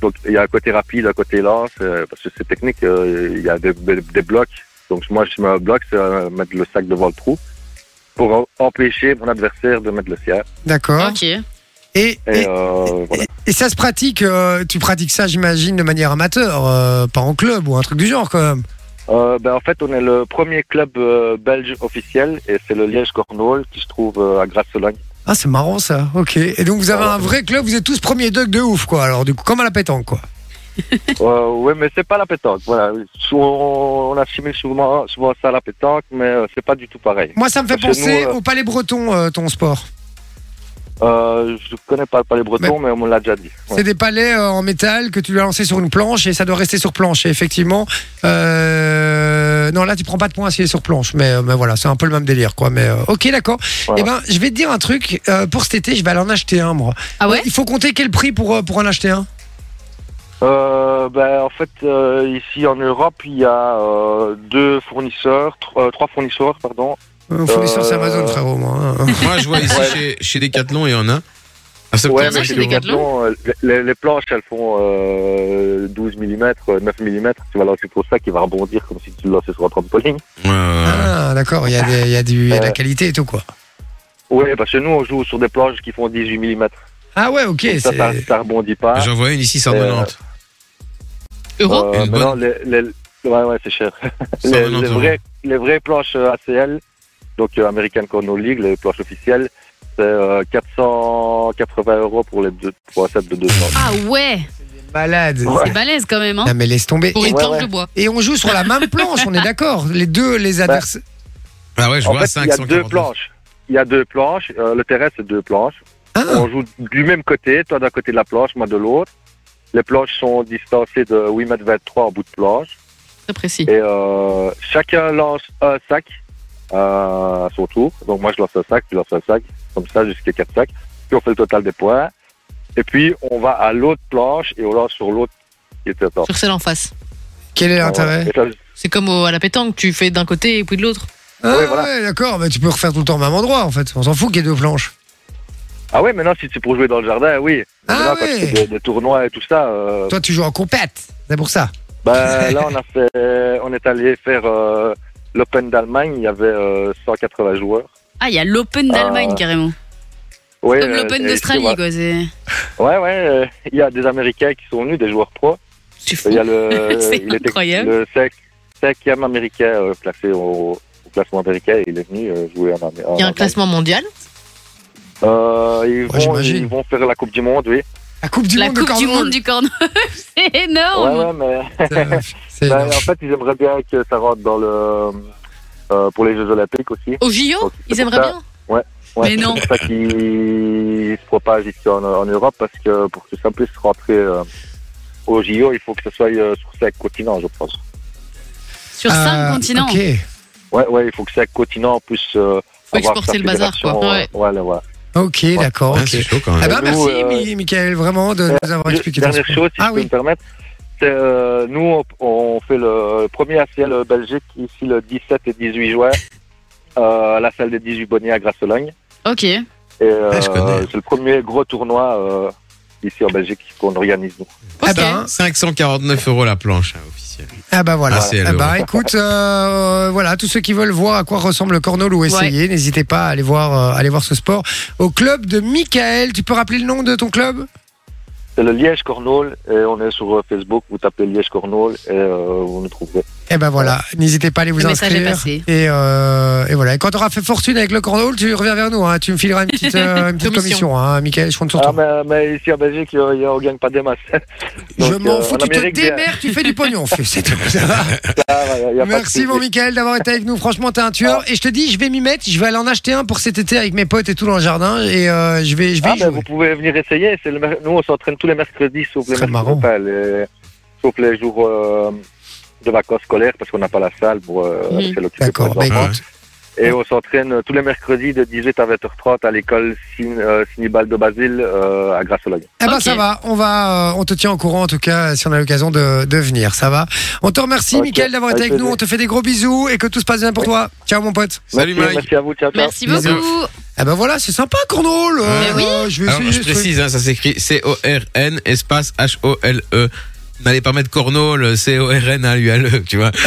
Donc, il y a un côté rapide, un côté lent. c'est- Parce que c'est technique, euh, il y a des, des- des blocs. Donc, moi, je mets un bloc, c'est euh, mettre le sac devant le trou pour en- empêcher mon adversaire de mettre le sien.
D'accord. Et,
Et, euh, voilà.
et ça se pratique, euh, tu pratiques ça, j'imagine, de manière amateur, euh, pas en club ou un truc du genre quand même.
Euh, ben, en fait, on est le premier club euh, belge officiel et c'est le Liège Cornwall qui se trouve euh, à Grasse-Sologne.
Ah, c'est marrant ça, ok. Et donc vous avez un vrai club, vous êtes tous premiers duck de ouf, quoi. Alors, du coup, comme à la pétanque, quoi.
Euh, oui, mais c'est pas la pétanque. Voilà. Souvent, on a souvent, souvent ça à la pétanque, mais euh, c'est pas du tout pareil.
Moi, ça me fait
Parce que
penser
nous, euh,
au Palais Breton, euh, ton sport.
euh, je connais pas, pas les Bretons, mais, on me l'a déjà dit. Ouais.
C'est des palais euh, en métal que tu dois lancer sur une planche et ça doit rester sur planche. Et effectivement, euh, non, là, tu prends pas de points s'il est sur planche. Mais, euh, mais voilà, c'est un peu le même délire, quoi. Mais euh, ok, d'accord.
Voilà.
Eh ben, je vais te dire un truc. euh, pour cet été, je vais aller en acheter un, moi.
Ah ouais
Il faut compter quel prix pour, euh, pour en acheter un
Euh, ben, en fait, euh, ici en Europe, il y a euh, deux fournisseurs, tro- euh, trois fournisseurs, pardon.
euh, fournisseur, c'est Amazon,
Euh,
frérot, moi. hein.
Moi, je vois ici
Ouais.
chez, chez Decathlon, il y en a. Ah, ça
Ouais,
peut-
mais
ça
chez
peut-
Decathlon, euh, les, les planches, elles font euh, 12 mm, 9 mm. Tu vas lancer pour ça qui va rebondir comme si tu le lançais sur un trampoline.
Ouais, ouais, ouais.
Ah, d'accord, il y a, des- il y a du, il y a de la qualité et tout, quoi.
Oui, parce que nous, on joue sur des planches qui font 18 mm.
Ah ouais, ok.
ça,
c'est-
ça, ça rebondit pas.
J'en vois une ici, 190.
Euro
Euh,
Une
mais
bonne.
non, les, les- ouais, ouais, c'est cher.
Ça,
les,
maintenant,
les
ça va.
vraies, les vraies planches euh, ACL, donc euh, American Cornhole League, les planches officielles, c'est euh, 480 euros pour les deux, pour un set de 200.
Ah ouais,
Malade.
c'est balèze quand même. Hein.
Non, Ah, mais laisse tomber.
Pour
Et,
une
Ouais,
planche
ouais.
de bois.
et on joue sur la même planche, on est d'accord. Les deux, les adversaires.
Ah ouais, je
en
vois
fait, il y a
500.
deux planches. Il y a deux planches. euh, le terrain, c'est deux planches.
Ah.
On joue du même côté, toi d'un côté de la planche, moi de l'autre. Les planches sont distancées de 8 m 23 en bout de planche.
Très précis.
Et euh, chacun lance un sac euh, à son tour. Donc moi je lance un sac, tu lances un sac, comme ça jusqu'à quatre sacs. Puis on fait le total des points. Et puis on va à l'autre planche et on lance sur l'autre qui était temps.
Sur celle en face.
Quel est l'intérêt
C'est comme au- à la pétanque, tu fais d'un côté et puis de l'autre.
Ah
Ouais, voilà.
ouais, d'accord, mais tu peux refaire tout le temps au même endroit en fait. On s'en fout qu'il y ait deux planches.
Ah ouais, maintenant si c'est pour jouer dans le jardin, oui.
Ah
Maintenant, quand
ouais.
tu fais des, des tournois et tout ça, euh,
Toi, tu joues en compète, c'est pour ça.
ben, là on a fait, on est allé faire euh, l'Open d'Allemagne. Il y avait euh, 180 joueurs.
Ah, il y a l'Open d'Allemagne
Ah.
carrément.
Ouais,
Comme
euh,
l'Open
et
d'Australie,
c'est-
quoi. c'est-
Ouais, ouais. euh, Il y a des Américains qui sont venus, des joueurs pro.
C'est fou.
Il y a le,
C'est
il était
incroyable.
le cinq- cinquième américain euh, placé au, au classement américain et il est venu euh, jouer en Am- en Allemagne.
Il y a un classement mondial.
Euh, ils,
Ouais,
vont,
j'imagine.
ils vont faire la Coupe du Monde, oui.
La Coupe
La Coupe du Monde du Cornhole, c'est énorme.
Ouais, ouais, mais. Ben, en fait, ils aimeraient bien que ça rentre dans le. euh, pour les Jeux Olympiques aussi.
Au JO,
Donc,
ils
c'est pour
aimeraient
ça-
bien.
Ouais. ouais
Mais
c'est
non.
pour ça qu'ils se propagent ici en, en Europe parce que pour que ça puisse rentrer euh, au JO, il faut que ce soit euh, sur cinq continents, je pense.
Sur cinq continents.
Ouais, ouais, il faut que cinq continents puissent. Euh,
Faut
avoir
exporter
sa
le bazar, quoi.
fédération,
Ouais.
euh, Voilà, voilà.
Ok, d'accord. ok. Ah bah,
Et
merci,
nous, euh,
Mi- Michael, vraiment, de nous avoir
Deux-
expliqué. ton
Dernière
sport.
chose, si
ah
je peux
oui,
me permettre. c'est, euh, nous, on, on fait le premier ACL Belgique ici le 17 et 18 juin euh, à la salle des 18 Bonniers à Grasse-Logne.
Ok.
Et euh,
Eh,
c'est le premier gros tournoi euh, ici en Belgique qu'on organise. nous.
Ah
Eh
ben.
549 euros la planche hein, officielle.
ah bah voilà.
Ah, c'est
Ah bah
le-
écoute, euh, voilà, tous ceux qui veulent voir à quoi ressemble le cornol ou essayer, n'hésitez pas à aller voir, euh, aller voir ce sport au club de Michael. Tu peux rappeler le nom de ton club
C'est le Liège Cornol et on est sur euh, Facebook. Vous tapez Liège Cornol et euh, vous nous trouverez.
Eh ben voilà, n'hésitez pas à aller vous
Le message est
inscrire.
passé.
Et, euh, et voilà. Et quand tu auras fait fortune avec le cornhole, tu reviens vers nous. hein. Tu me fileras une petite, euh, une petite commission, hein, Michael. Je compte sur
Ah,
toi.
mais, mais ici en Belgique, euh, on gagne pas des masses.
Je
Donc,
m'en
euh,
fous,
en
tu te
Amérique, bien.
démerdes, tu fais du pognon. fais, c'est tout, ça va.
Ah, ouais, y a- y a pas de Ah.
Merci
souci.
mon Michael d'avoir été avec nous. Franchement, t'es un tueur. Et je te dis, je vais m'y mettre. Je vais aller en acheter un pour cet été avec mes potes et tout dans le jardin. Et euh, je vais, je vais.
Ah,
y
ben,
jouer.
vous pouvez venir essayer. C'est le mer- Nous, on s'entraîne tous les mercredis, sauf les
Très
mercredis,
marrant.
pas les- sauf les jours euh, de vacances scolaires, parce qu'on n'a pas la salle pour euh,
Mhm.
se l'occuper pour
D'accord,
les
ben,
enfants.
écoute.
Et on s'entraîne euh, tous les mercredis de 18 à 20h30 à l'école Sin- euh, Sinibal de Basile euh, à Grasse-Logne.
Eh ben ça va, on va, euh, on te tient au courant en tout cas si on a l'occasion de, de venir, ça va. On te remercie,
Ok,
Michael, d'avoir été
avec
avec nous.
plaisir.
On te fait des gros bisous et que tout se passe bien pour toi. Ciao, mon pote.
Salut, Mike.
Merci à vous, ciao, ciao.
Merci
Bisous.
beaucoup.
Eh ben voilà, c'est sympa, Cornol. Euh, je vais
Eh Alors,
essayer
je
ce truc.
précise, hein, ça s'écrit C-O-R-N espace H-O-L-E. E. N'allez pas mettre Cornol, C-O-R-N hein, à l'U-A-L-E, tu vois. Tu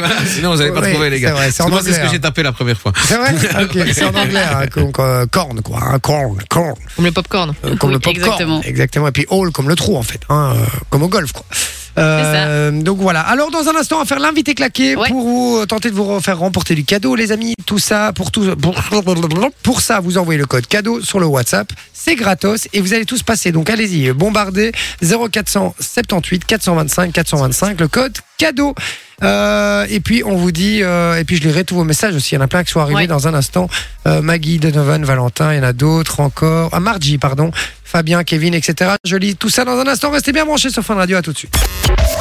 vois Sinon, vous n'allez pas
Oui,
trouver, les gars.
c'est vrai,
Parce
c'est
que
en
moi, c'est ce
anglais,
que j'ai
hein.
tapé la première fois.
C'est vrai Ok, c'est en anglais, hein, donc euh, corn, quoi. hein, corn, corn.
Comme le popcorn.
Euh, comme
Oui,
le popcorn.
exactement.
Exactement. Et puis hole comme le trou, en fait. hein, euh, comme au golf, quoi. Euh, donc voilà. Alors dans un instant, on va faire l'invité claqué pour vous euh, tenter de vous faire remporter du cadeau, les amis. Tout ça pour tout pour, pour ça, vous envoyez le code cadeau sur le WhatsApp. C'est gratos et vous allez tous passer. Donc allez-y, bombardez 0478 425 425 le code cadeau. Euh, et puis on vous dit, euh, et puis je lirai tous vos messages aussi. Il y en a plein qui sont arrivés dans un instant. Euh, Maggie, Donovan, Valentin, il y en a d'autres encore. Ah, Margie, pardon. Fabien, Kevin, etc. Je lis tout ça dans un instant. Restez bien branchés sur Fun Radio. À tout de suite.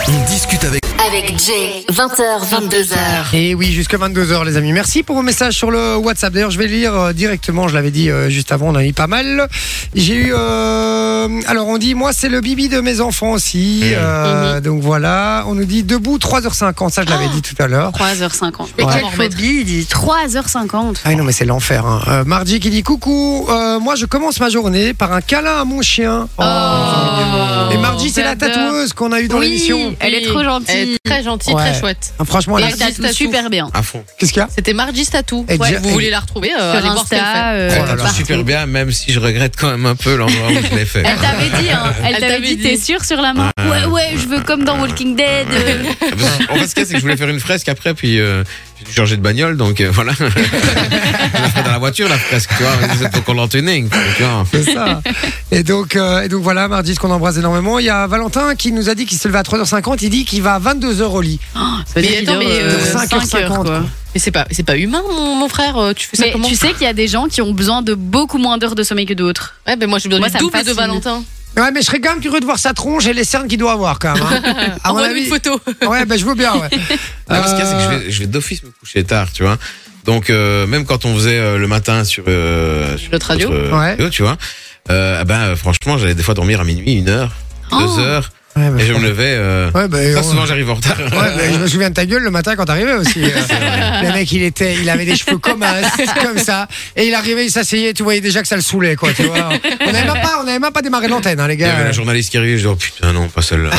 On discute avec
Avec Jay, 20h, 22h.
Et oui, jusque 22h, les amis. Merci pour vos messages sur le WhatsApp. D'ailleurs, je vais lire euh, directement. Je l'avais dit euh, juste avant, on en a eu pas mal. J'ai eu. euh, alors, on dit Moi, c'est le bibi de mes enfants aussi. Euh, Donc voilà. On nous dit Debout, 3h50. Ça, je l'avais dit tout à l'heure.
3h50. Mais
Ouais.
quelle phobie, il dit 3h50.
Ah non, mais c'est l'enfer. Hein. Euh, Margie qui dit Coucou, euh, moi, je commence ma journée par un câlin à mon chien. Oh, Et Margie, c'est la
j'adore.
tatoueuse qu'on a eue dans
Oui,
l'émission.
elle est trop gentille. Elle est très gentille, très
Ouais.
chouette.
Ah, franchement, elle
Et
a-
elle tatou super
bien.
À fond.
Qu'est-ce qu'il y a
C'était Margie Tatou.
Et
Ouais,
déjà-
vous
et-
voulez la retrouver euh,
Sur
Allez voir ce qu'elle
Insta,
fait.
euh,
Elle tape super bien, même si je regrette quand même un peu l'endroit où je l'ai fait.
Elle t'avait dit, hein, elle,
Elle
t'avait
t'avait
dit,
dit.
t'es sûr sur la main
Ouais.
Ouais, ouais, je veux comme dans Walking Dead. euh.
En fait, ce qu'il y a, c'est que je voulais faire une fresque après, puis euh, j'ai dû changer de bagnole, donc euh, voilà. je la ferai dans la voiture, la fresque, tu vois. Vous êtes au Collant Tuning, tu vois.
C'est ça. Et donc, euh, et donc voilà, mardi, ce qu'on embrasse énormément. Il y a Valentin qui nous a dit qu'il se levait à 3h50. Il dit qu'il va à 22h au lit.
veut dire
Mais attends,
qu'il
mais
dort,
euh,
Oh, euh,
5 heures,
5h50,
quoi. Mais c'est pas, c'est pas humain, mon, mon frère. euh, Tu fais ça
Mais
comment
tu sais qu'il y a des gens qui ont besoin de beaucoup moins d'heures de sommeil que d'autres.
Ouais, ben moi j'ai besoin
Moi,
du
ça me
double de
fascine.
Valentin.
Ouais, mais je serais quand même curieux de voir sa tronche et les cernes qu'il doit avoir quand même. hein. À mon
Envoie-nous
avis-
une photo.
Ouais, ben je veux bien. Ouais.
Non, mais ce Ah, qu'il y a, c'est que je
Euh.
vais, je vais d'office me coucher tard, tu vois. Donc, euh, même quand on faisait euh, le matin sur, euh, sur
Notre radio.
notre
Ouais.
radio, tu vois, euh, ah ben, euh, franchement, j'allais des fois dormir à minuit, une heure, deux heures,
Oh. Ouais, mais
et je me levais. euh,
Ouais, ben,
ça,
on-
souvent, j'arrive en retard.
Ouais, ben, je me souviens de ta gueule le matin quand t'arrivais aussi. euh. le mec, il était, il avait des cheveux comme un- comme ça, et il arrivait, il s'asseyait, tu voyais déjà que ça le saoulait, quoi. Tu vois. On n'avait même pas, on n'avait même pas démarré l'antenne, hein, les
Il y avait
gars.
la journaliste qui arrivait, je dis, oh putain, non, pas celle-là.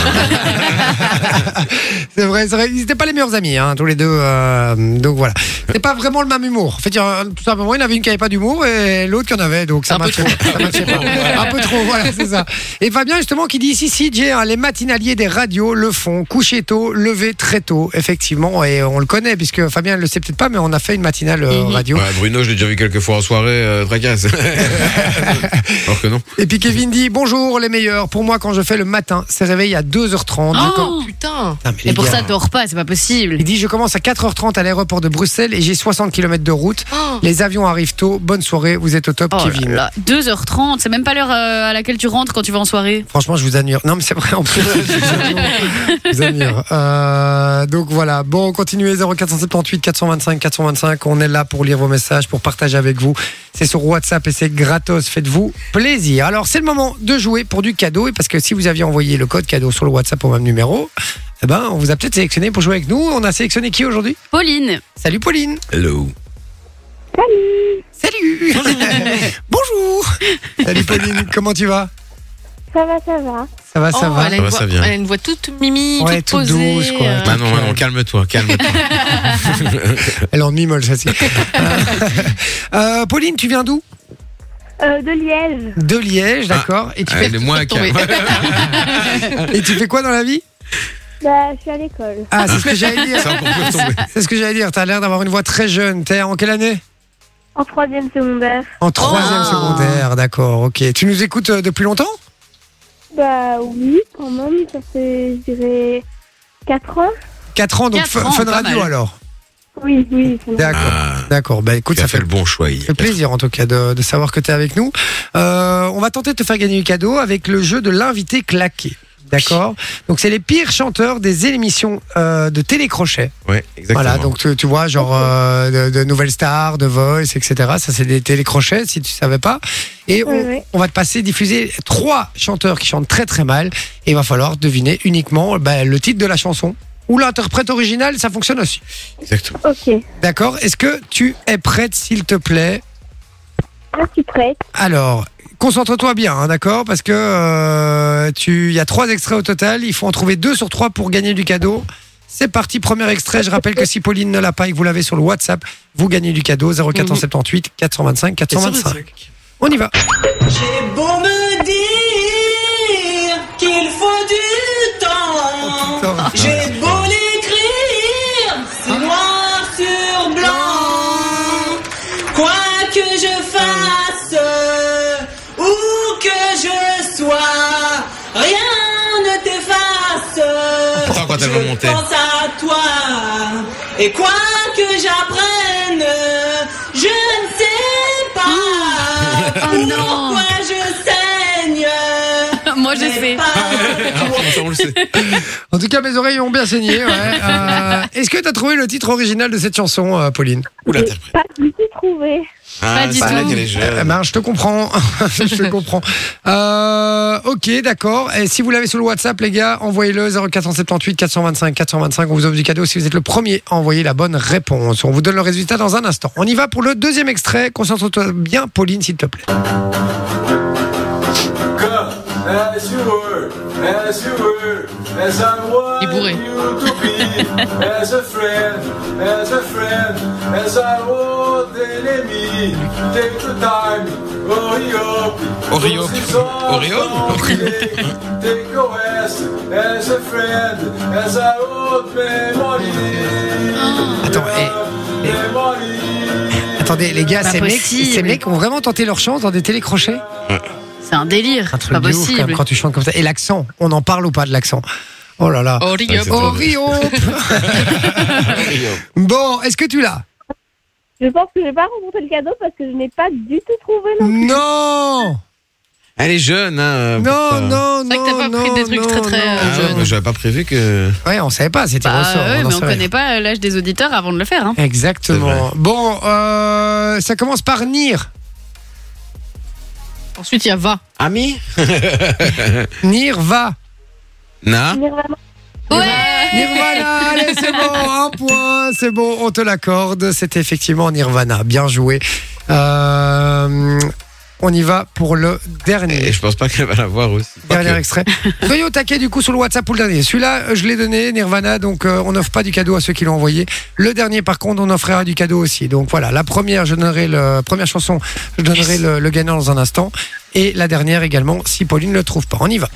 C'est vrai, c'est vrai. Ils n'étaient pas les meilleurs amis, hein, tous les deux. euh, donc voilà. C'était pas vraiment le même humour. En fait, il y a- tout simplement, il y en avait une qui n'avait pas d'humour et l'autre qui en avait. Donc ça matchait ça matchait pas. Un peu trop, voilà, c'est ça. Et Fabien, justement, qui dit ici, si, Jay, hein, les, ma- matinaliers des radios le font, coucher tôt, lever très tôt, effectivement, et on le connaît, puisque Fabien ne le sait peut-être pas, mais on a fait une matinale euh, radio.
Ouais, Bruno, je l'ai déjà vu quelques fois en soirée, euh, tracasse. Alors que non.
Et puis Kevin dit Bonjour les meilleurs, pour moi quand je fais le matin, c'est réveil à 2h30.
Oh,
Quand-
putain
Ah,
Putain, mais les
Et pour
gars.
ça, dors pas, c'est pas possible.
Il dit Je commence à 4h30 à l'aéroport de Bruxelles et j'ai 60 km de route. Les avions arrivent tôt, bonne soirée, vous êtes au top,
Oh là
Kevin.
là, 2h30, c'est même pas l'heure euh, à laquelle tu rentres quand tu vas en soirée.
Franchement, je vous admire. Non, mais c'est vrai, en plus. je vous admire. Euh, donc voilà. Bon, continuez 0478 425 425. On est là pour lire vos messages, pour partager avec vous. C'est sur WhatsApp et c'est gratos. Faites-vous plaisir. Alors, c'est le moment de jouer pour du cadeau. Et parce que si vous aviez envoyé le code cadeau sur le WhatsApp au même numéro, eh ben, on vous a peut-être sélectionné pour jouer avec nous. On a sélectionné qui aujourd'hui
Pauline.
Salut Pauline.
Hello.
Salut. Bonjour. Salut Pauline, comment tu vas
Ça va, ça va.
Ça va, ça
Oh,
va.
Elle a,
Ça
une
va,
voix,
ça vient.
elle a une voix toute mimi,
Ouais,
toute,
toute
posée.
douce, quoi.
euh,
Manon, Manon, calme-toi, calme-toi.
Elle est en mi-molle, ça c'est. Euh, Pauline, tu viens d'où
Euh, de Liège.
De Liège, d'accord. et tu fais
Ah, Elle est moins calme.
et tu fais quoi dans la vie
Bah, je suis à l'école.
Ah, c'est ce que j'allais dire.
Ça, on peut plus tomber.
C'est ce que j'allais dire. T'as l'air d'avoir une voix très jeune. T'es en quelle année
En troisième secondaire.
En troisième
Oh.
secondaire, d'accord. Ok. Tu nous écoutes euh, depuis longtemps
Bah oui, quand même, ça fait, je dirais, 4 ans.
4 ans, donc
Quatre
fun,
ans,
fun
pas
radio
mal.
alors.
Oui, oui. c'est normal.
D'accord.
Ah.
D'accord. Bah écoute,
Tu as
ça fait
fait le bon choix
Ça
hier.
fait plaisir en tout cas de, de savoir que tu es avec nous. Euh, on va tenter de te faire gagner du cadeau avec le jeu de l'invité claqué. D'accord Donc c'est les pires chanteurs des émissions euh, de télécrochet.
Ouais, exactement.
Voilà, donc tu, tu vois, genre euh, de, de Nouvelles Stars, de Voice, etc. Ça c'est des télécrochets si tu savais pas. Et on,
Oui, oui.
on va te passer diffuser trois chanteurs qui chantent très très mal. Et il va falloir deviner uniquement ben, le titre de la chanson. Ou l'interprète original, ça fonctionne aussi.
Exactement.
Ok,
D'accord Est-ce que tu es prête, s'il te plaît
là, je suis prête.
alors, concentre-toi bien, hein, d'accord Parce que euh, tu, il y a trois extraits au total. Il faut en trouver deux sur trois pour gagner du cadeau. C'est parti, premier extrait. Je rappelle que si Pauline ne l'a pas et que vous l'avez sur le WhatsApp, vous gagnez du cadeau 0478 425 425. On y va.
J'ai beau me dire qu'il faut du temps. J'ai beau l'écrire, c'est noir sur blanc. Quoi que je fasse ou que je sois, rien ne t'efface.
Attends, quand elle va
Je
monter.
pense à toi. Et quoi que j'apprenne, je ne sais
Ah.
pas.
Oh non.
Pourquoi je saigne
Moi, je
mais
sais.
pas
on le sait.
En tout cas, mes oreilles ont bien saigné. ouais. Euh, Est-ce que tu as trouvé le titre original de cette chanson, euh, Pauline
Ou l'interprète.
Pas du tout trouvé.
Ah,
du
c'est vrai
tout.
qu'elle est
Euh,
jeune.
ben, je te comprends. je te comprends. Euh, ok, d'accord. Et si vous l'avez sur le WhatsApp, les gars, envoyez-le 0478 425 425. On vous offre du cadeau si vous êtes le premier à envoyer la bonne réponse. On vous donne le résultat dans un instant. On y va pour le deuxième extrait. Concentre-toi bien, Pauline, s'il te plaît.
As you were, as you were, as I was
Il est bourré.
you to be, as a friend, as a friend, as I was the enemy. Take the time, hurry up.
Oriop.
Don't seem
Oriop.
so complicated. Take a rest, as a friend, as I was memory.
Attends, eh, Attendez, les gars,
Pas
ces mecs,
possible.
ces mecs ont vraiment tenté leur chance dans des télécrochets.
C'est un délire,
Un
c'est
truc
pas
de ouf, quand,
possible.
même, quand tu chantes comme ça. Et l'accent, on en parle ou pas de l'accent Oh là là.
Oriop.
Ouais,
Oh, Rio Bon, est-ce que tu l'as
Je pense que je vais pas remporter le cadeau parce que je n'ai pas du tout trouvé non plus.
Non
Elle est jeune, hein.
Non,
pourquoi
non, non.
C'est vrai que t'as pas pris
non,
des trucs très,
non,
très,
non.
euh,
Ah, ouais, mais J'avais pas prévu que.
Ouais, on savait pas, c'était
Bah,
ressort.
ouais,
on en
mais on
savait.
connaît pas euh, l'âge des auditeurs avant de le faire. hein.
C'est
Exactement.
vrai.
Bon, oh, euh, ça commence par Nir.
Ensuite, il y a va.
Ami
Nir va.
Na
Nirvana.
Ouais
Nirvana, Ah, allez, c'est bon, un point, c'est bon, on te l'accorde. C'était effectivement Nirvana. Bien joué. Euh, on y va pour le
Et
dernier.
je pense pas qu'elle va l'avoir aussi.
Dernier
Quoique.
extrait. Soyez au taquet du coup sur le WhatsApp pour le dernier. Celui-là, euh, je l'ai donné, Nirvana, donc euh, on n'offre pas du cadeau à ceux qui l'ont envoyé. Le dernier, par contre, on offrira du cadeau aussi. Donc voilà, la première, je donnerai le première chanson, je donnerai le, le gagnant dans un instant, et la dernière également si Pauline ne le trouve pas. On y va.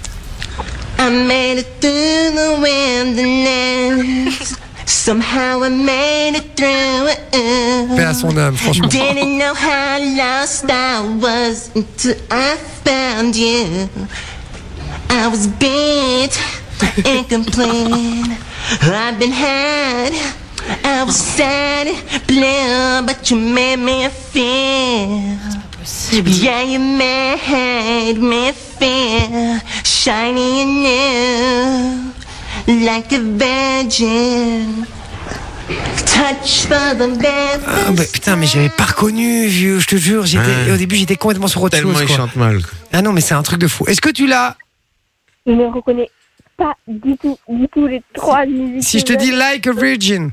Un
made it through the wilderness. Somehow I made it through it.
Paix à son âme, franchement.
Didn't know how lost I was until I found you. I was bent, incomplete. I've been had. I was sad, blue, but you made me feel. Yeah, you made me feel shiny and new, like a virgin. Touch for the best.
Ah, bah, putain, mais j'avais pas reconnu, vieux, je te jure. j'étais-
Ouais.
Au début, j'étais complètement sur autre
Tellement
chose.
il
quoi.
chante mal.
Ah non, mais c'est un truc de fou. Est-ce que tu l'as
Je ne reconnais pas du tout, du tout les trois musiques.
Si je te
que
dis
j'aime.
Like a Virgin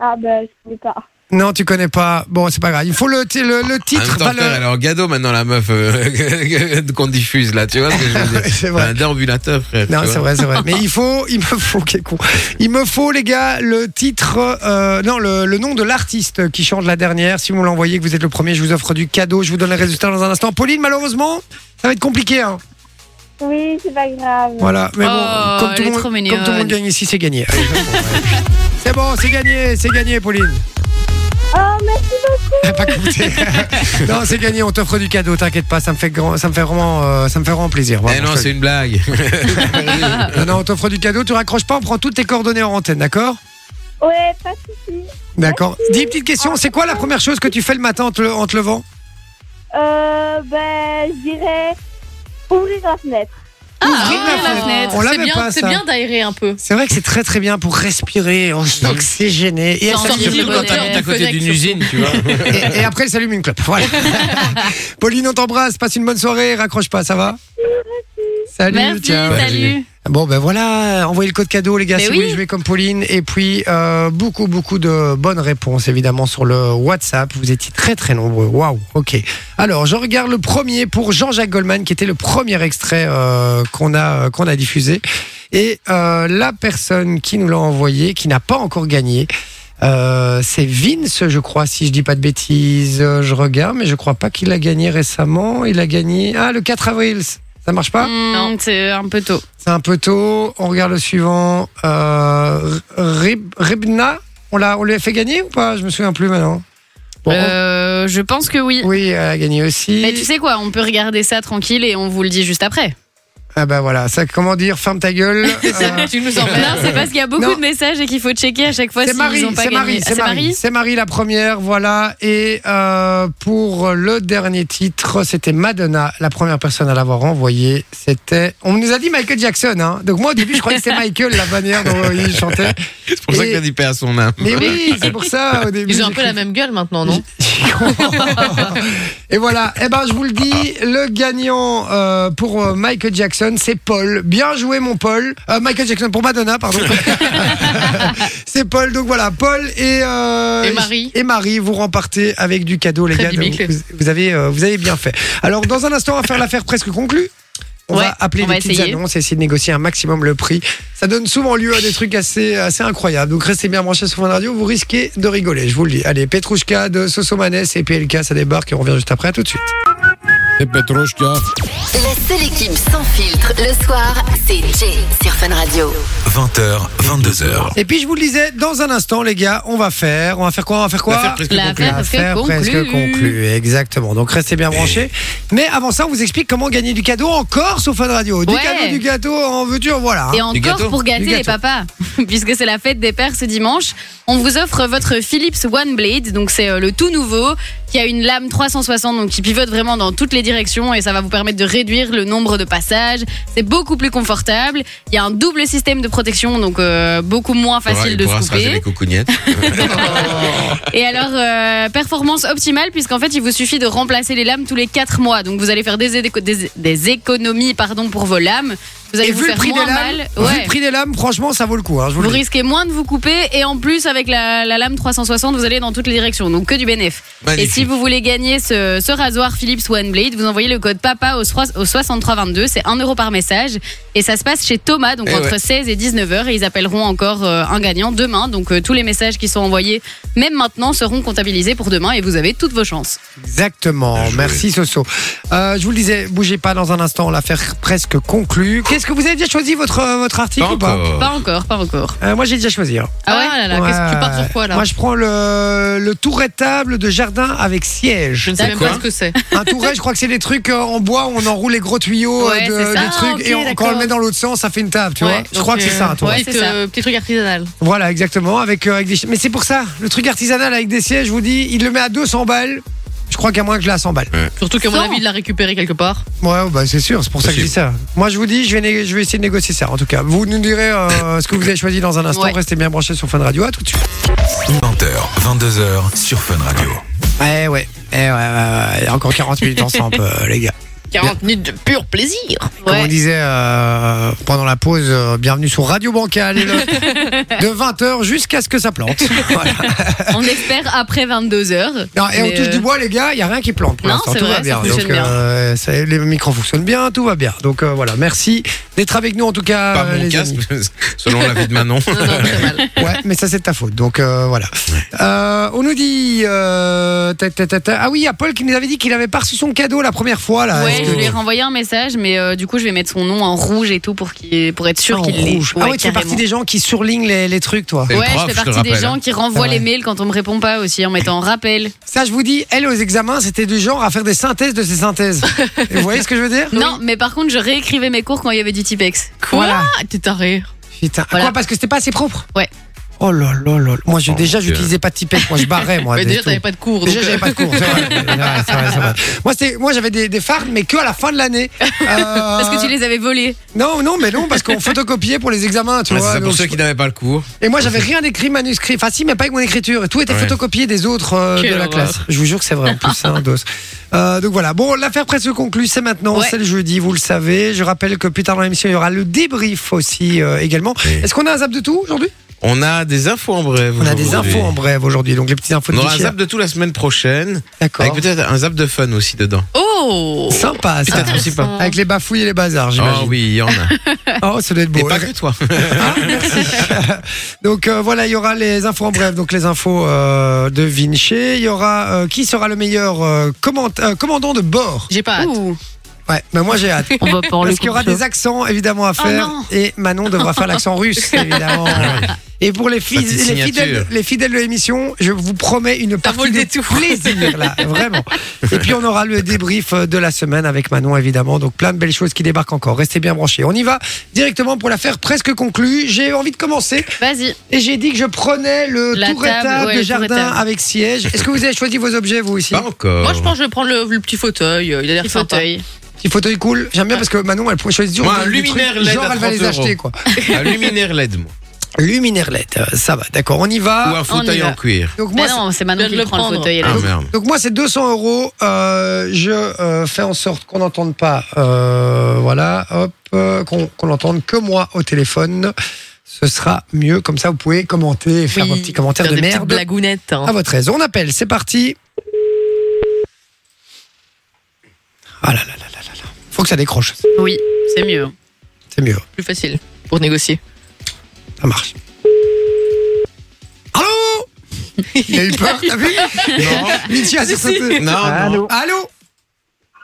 Ah bah, je ne sais pas.
Non, tu connais pas. Bon, c'est pas grave. Il faut le, le, le
En Ah, même
titre.
temps,
pas
frère,
le-
elle est en gâteau maintenant, la meuf euh, qu'on diffuse là, tu vois ce que je veux dire
C'est vrai.
Un déambulateur, frère.
Non,
tu
c'est
vois.
vrai, c'est vrai. Mais il faut, il me faut, quel con. Il me faut, les gars, le titre, euh, non, le, le nom de l'artiste qui chante la dernière. Si vous me l'envoyez, que vous êtes le premier, je vous offre du cadeau. Je vous donne les résultats dans un instant. Pauline, malheureusement, ça va être compliqué. Hein.
Oui, c'est pas grave.
Voilà. Mais bon,
Oh,
comme, tout
elle
le
est
monde,
trop
comme
mignonne.
tout le monde gagne ici, c'est gagné. Allez, c'est bon, c'est gagné, c'est gagné, Pauline.
Oh, merci beaucoup.
Pas coûté. non, c'est gagné. On t'offre du cadeau. T'inquiète pas, ça me fait grand, ça me fait vraiment, euh, ça me fait vraiment plaisir.
Eh
Vraiment,
non,
je te-
c'est une blague.
non, non, on t'offre du cadeau. Tu raccroches pas. On prend toutes tes coordonnées en antenne, d'accord
Ouais, pas de soucis.
D'accord. Dis une petite question. C'est quoi la première chose que tu fais le matin en te, le- en te levant
Euh, bah, je dirais ouvrir la fenêtre.
Ah,
Ouvrir la
ouvrir la
fenêtre.
fenêtre.
On
C'est
l'avait
bien,
pas
c'est
ça.
bien d'aérer un peu.
C'est vrai que c'est très très bien pour respirer, on s'oxygéner. Et, elle
Sans
s'allume-
dire-
Surtout quand t'habites à côté d'une usine, tu vois.
et- et après, elle s'allume une clope. Voilà. Pauline, on t'embrasse. Passe une bonne soirée. Raccroche pas, ça va Salut.
Merci,
ciao.
salut.
Bon ben voilà, envoyez le code cadeau les gars
Mais
si vous
oui.
voulez jouer comme Pauline et puis euh, beaucoup beaucoup de bonnes réponses évidemment sur le WhatsApp. Vous étiez très très nombreux. Waouh. Ok. Alors je regarde le premier pour Jean-Jacques Goldman qui était le premier extrait euh, qu'on a euh, qu'on a diffusé et euh, la personne qui nous l'a envoyé qui n'a pas encore gagné. euh, c'est Vince, je crois, si je dis pas de bêtises. Euh, Je regarde, mais je crois pas qu'il a gagné récemment. Il a gagné ah le 4 avril. Ça marche pas
Non, Hmm, c'est un peu tôt.
c'est un peu tôt. On regarde le suivant. Euh, Rib- Ribna, on l'a, on lui a fait gagner ou pas Je me souviens plus maintenant. Bon.
Euh, je pense que oui.
Oui, elle a gagné aussi.
Mais tu sais quoi, on peut regarder ça tranquille et on vous le dit juste après.
Ah bah voilà, ça comment dire Ferme ta gueule. Euh,
Tu nous emmènes.
Non, c'est parce qu'il y a beaucoup
Non.
de messages et qu'il faut checker à chaque fois
c'est
s'ils
Marie,
ont pas
c'est
gagné.
Marie,
Ah,
c'est Marie, c'est Marie la première, voilà. Et euh, pour le dernier titre, c'était Madonna, la première personne à l'avoir envoyé. C'était, on nous a dit Michael Jackson, hein. Donc moi au début je croyais que c'était Michael la manière dont Ah, il chantait.
C'est pour ça
Et-
qu'elle dit paix à son âme.
Mais oui, c'est pour ça au début.
Ils ont un
j'ai
peu
cru-
la même gueule maintenant, non
Et voilà, eh ben, je vous le dis, le gagnant euh, pour euh, Michael Jackson, c'est Paul. Bien joué, mon Paul. Euh, Michael Jackson, pour Madonna, pardon. c'est Paul, donc voilà, Paul et, euh,
Et Marie.
Et Marie, vous rempartez avec du cadeau, les
Très
gars.
biblique.
Donc, Vous, vous avez, euh, vous avez bien fait. Alors, dans un instant, on va faire l'affaire presque conclue. On
Ouais,
va appeler
on
les
va
petites
essayer.
annonces et essayer de négocier un maximum le prix. Ça donne souvent lieu à des trucs assez, assez incroyables. Donc restez bien branchés sur Fun Radio, vous risquez de rigoler, je vous le dis. Allez, Petrouchka de Sosomanes et PLK, ça débarque et on revient juste après. À tout de suite.
C'est Petrouchka.
La seule équipe sans filtre le soir, c'est Jay sur Fun Radio.
20h, 22h.
Et puis je vous le disais, dans un instant, les gars, on va faire. On va faire quoi On va faire quoi
L'affaire presque
L'affaire
conclue.
L'affaire
conclue.
presque conclue, exactement. Donc restez bien branchés. Mais avant ça, on vous explique comment gagner du cadeau encore sur Fun Radio. Du
Ouais.
cadeau, du gâteau, en veux-tu, en voilà.
Et
hein.
Du gâteau
encore pour gâter
Du
les
gâteau.
papas, puisque c'est la fête des pères ce dimanche, on vous offre votre Philips One Blade, donc c'est euh, le tout nouveau, qui a une lame 360, donc qui pivote vraiment dans toutes les directions et ça va vous permettre de réduire le nombre de passages. C'est beaucoup plus confortable. Il y a un double système de protection, donc euh, beaucoup moins
Il pourra-
facile
il
de se
pourra se raser
couper.
les coucougnettes.
Et alors, euh, performance optimale, puisqu'en fait, il vous suffit de remplacer les lames tous les 4 mois. Donc, vous allez faire des, éco- des- des économies pardon, pour vos lames. Vous allez
Et
vous
vu le
faire
prix des
moins
lames,
mal.
vu
Ouais.
le prix des lames, franchement, ça vaut le coup. hein, je vous le
Vous
dis.
risquez moins de vous couper et en plus avec la, la lame 360 vous allez dans toutes les directions donc que du bénéf.
Magnifique.
Et si vous voulez gagner ce, ce rasoir Philips One Blade vous envoyez le code PAPA au, soi- au 6322 c'est 1 euro par message et ça se passe chez Thomas donc
Eh
entre
ouais.
16 et 19h et ils appelleront encore euh, un gagnant demain donc euh, tous les messages qui sont envoyés même maintenant seront comptabilisés pour demain et vous avez toutes vos chances.
Exactement. Merci Soso. Euh, je vous le disais, bougez pas dans un instant, l'affaire presque conclue. Qu'est-ce que vous avez déjà choisi votre, euh, votre article ou pas
Pas encore, pas encore.
Euh, Moi, j'ai déjà choisi. hein.
Ah ouais,
oh
là, là, qu'est-ce que tu pars sur quoi là
Moi, je prends le, le tourettable de jardin avec siège. Je
ne sais même pas ce que c'est.
Un touret, je crois que c'est les trucs euh, en bois où on enroule les gros tuyaux euh,
Ouais,
de,
c'est ça.
des trucs
Ah, ok,
et on- quand on le
d'accord.
met dans l'autre sens, ça fait une table, tu vois.
Ouais,
Je
donc,
crois que c'est
euh,
ça, toi.
ouais, petit, euh, petit truc artisanal.
Voilà, exactement. Avec, euh, avec des... chi- Mais c'est pour ça, le truc artisanal avec des sièges, je vous dis, il le met à 200 balles. Je crois qu'à moins que je l'ai à 100 balles.
Surtout qu'à mon avis, il l'a récupéré quelque part.
Ouais, bah c'est sûr, c'est pour ça que je dis ça. Moi, je vous dis, je vais, né- je vais essayer de négocier ça. En tout cas, vous nous direz euh, ce que vous avez choisi dans un instant.
Ouais.
Restez bien branchés sur Fun Radio. À tout de suite.
22h sur Fun Radio.
Eh ouais, eh ouais, ouais, ouais, ouais. encore 40 minutes ensemble, euh, les gars.
40 minutes de pur plaisir.
Comme on disait euh, pendant la pause, euh, bienvenue sur Radio Bancale de 20h jusqu'à ce que ça plante. Voilà.
On espère après 22h.
Bah. Non, et on touche du bois, les gars, il n'y a rien qui plante pour
euh, Non,
l'instant.
c'est
Tout
vrai,
va
ça
bien. Donc,
fonctionne
euh, ça- les micros fonctionnent bien, tout va bien. Donc euh, voilà, merci d'être avec nous en tout cas.
Pas
euh,
mon
les
casque,
amis.
selon l'avis de Manon.
Ouais, mais ça c'est de ta faute. Donc euh, voilà. Euh, on nous dit. euh, ta, ta, ta, ta. Ah oui, il y a Paul qui nous avait dit qu'il avait pas reçu son cadeau la première fois. Là.
Ouais,
Est-ce
je
que-
lui ai renvoyé un message, mais euh, du coup, je vais mettre son nom en rouge et tout pour, qu'il- pour être sûr
Ah, en
qu'il l'ait.
rouge. Ah ouais, tu fais
carrément.
partie des gens qui surlignent les, les trucs, toi.
Ouais, je fais partie des
hein.
gens qui renvoient
Ah ouais.
les mails quand on me répond pas aussi en mettant rappel.
Ça, je vous dis, elle aux examens, c'était du genre à faire des synthèses de ces synthèses. Et vous voyez ce que je veux dire
Non, mais par contre, je réécrivais mes cours quand il y avait du Tipex. Quoi
T'es taré.
Putain, à
Voilà.
quoi Parce que c'était pas assez propre
Ouais.
Oh là là là. Moi, je,
Oh,
déjà,
Dieu.
j'utilisais pas de Tipex. Moi, je barrais, moi.
Mais
des
déjà, t'avais
trucs.
pas de cours.
Déjà,
donc, euh,
j'avais pas de cours. c'est vrai. Ouais, c'est vrai, c'est vrai. Moi, c'était- moi, j'avais des, des fards, mais que à la fin de l'année.
Parce que tu les avais volés.
Non, non, mais non, parce qu'on photocopiait pour les examens, tu
Ouais,
vois.
c'est ça pour
donc-
ceux qui n'avaient pas le cours.
Et moi, j'avais rien d'écrit manuscrit. Enfin, si, mais pas avec mon écriture. Et Tout était
Ouais.
photocopié des autres euh, de
Quelle
la
horreur.
classe. Je vous jure que c'est vrai en plus, hein, dos. Euh, donc voilà. Bon, l'affaire presque conclue. C'est maintenant.
Ouais.
C'est le jeudi, vous le savez. Je rappelle que plus tard dans l'émission, il y aura le débrief aussi euh, également. Est-ce qu'on a un zap de tout aujourd'hui
On a des infos en bref.
On a des
aujourd'hui.
infos en bref aujourd'hui. Donc les petites infos de
On aura un
Michel.
zap de tout la semaine prochaine.
D'accord.
Avec peut-être un zap de fun aussi dedans.
Oh
Sympa ça.
Peut-être aussi pas.
Avec les bafouilles et les bazars,
Ah
j'imagine.
oui, il y en a.
Oh, ça doit être beau.
Et pas que toi.
Donc euh, voilà, il y aura les infos en bref, donc les infos euh, de Vinci. Il y aura euh, qui sera le meilleur euh, comment- euh, commandant de bord.
J'ai pas hâte.
Ouais, mais moi j'ai hâte.
On va parler
Parce qu'il y aura
comme ça.
des accents évidemment à
Oh
faire
non.
et Manon devra faire l'accent russe évidemment. Et pour les, fils-
Petite
les fidèles,
signature.
les fidèles de l'émission, je vous promets une partie
vaut le
de
détour.
plaisir là, vraiment. Et puis on aura le débrief euh, de la semaine avec Manon évidemment, donc plein de belles choses qui débarquent encore. Restez bien branchés. On y va directement pour l'affaire presque conclue. J'ai envie de commencer
Vas-y.
et j'ai dit que je prenais le
La
tour et
table,
table
ouais,
de
le tour et
jardin
table.
avec siège. Est-ce que vous avez choisi vos objets vous aussi
Pas encore.
Moi, je pense que je vais prendre le, le petit fauteuil. euh, Il a l'air
Petit
sympa.
fauteuil.
Petit Euh, fauteuil cool. J'aime bien parce que Manon elle pourrait choisir
Moi,
des-
un
des
luminaire
trucs,
LED
genre
à
elle va les
30 euros.
acheter quoi.
Un luminaire LED, moi.
Luminaire LED, euh, ça va, d'accord, on y
Ou
va.
un fauteuil
va.
en cuir.
Donc
Mais
moi,
non, c'est
je
Manon
viens
qui
de le
prend le
prendre.
fauteuil. elle.
Ah merde.
c'est- donc moi c'est 200 euros. Euh, je euh, fais en sorte qu'on n'entende pas, euh, voilà, hop, euh, qu'on qu'on n'entende que moi au téléphone. Ce sera mieux comme ça. Vous pouvez commenter, et faire
Oui,
vos petits commentaires
faire
de
des petites
merde Ah
blagounettes. hein.
à votre aise. On appelle, c'est parti. Ah là là là là là là. Faut que ça décroche.
Oui, c'est mieux.
C'est mieux.
Plus facile pour négocier.
Ça marche. Allô Il a eu peur, t'as vu
Non.
Mitya sur
Non, non.
Allô Allô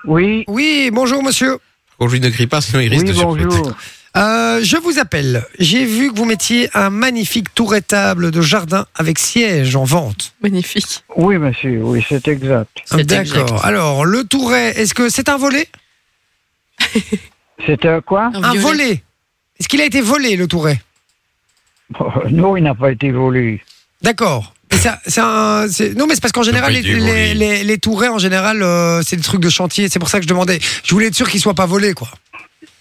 Oui,
Oui, bonjour monsieur.
Aujourd'hui, ne crie pas, sinon il risque
oui,
de surploter.
bonjour.
Euh, je vous appelle. J'ai vu que vous mettiez un magnifique tour étable de jardin avec siège en vente. Ah,
Magnifique.
Oui, monsieur, oui, c'est exact.
C'est
D'accord.
exact.
Alors, le touret, est-ce que c'est un volet
C'est un quoi
Un
violet.
volet Est-ce qu'il a été volé, le touret
Euh, Non, il n'a pas été volé.
D'accord. Mais ça- c'est un- c'est- Non, mais c'est parce qu'en général,
pas
les,
été
les,
volé.
les- les tourets, en général, euh, c'est des trucs de chantier. C'est pour ça que je demandais. Je voulais être sûr qu'ils soient pas volés, quoi.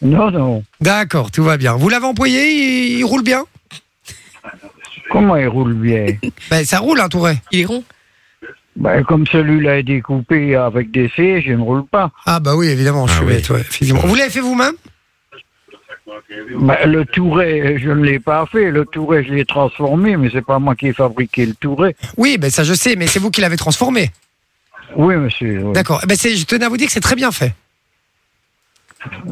Non, non.
D'accord, tout va bien. Vous l'avez employé, il, il roule bien
Comment il roule bien
ben, Ça roule, un touret.
Il est rond.
ben, Comme celui-là est découpé avec des sièges, il ne roule pas.
Ah, bah oui, évidemment, je
Ah
suis
oui.
bête, ouais, effectivement. Vous l'avez fait vous-même
Ben, le touret, je ne l'ai pas fait. Le touret, je l'ai transformé, mais c'est pas moi qui ai fabriqué le touret.
Oui, ben, ça je sais, mais c'est vous qui l'avez transformé.
Oui, monsieur. oui.
D'accord. Eh Ben, c'est- je tenais à vous dire que c'est très bien fait.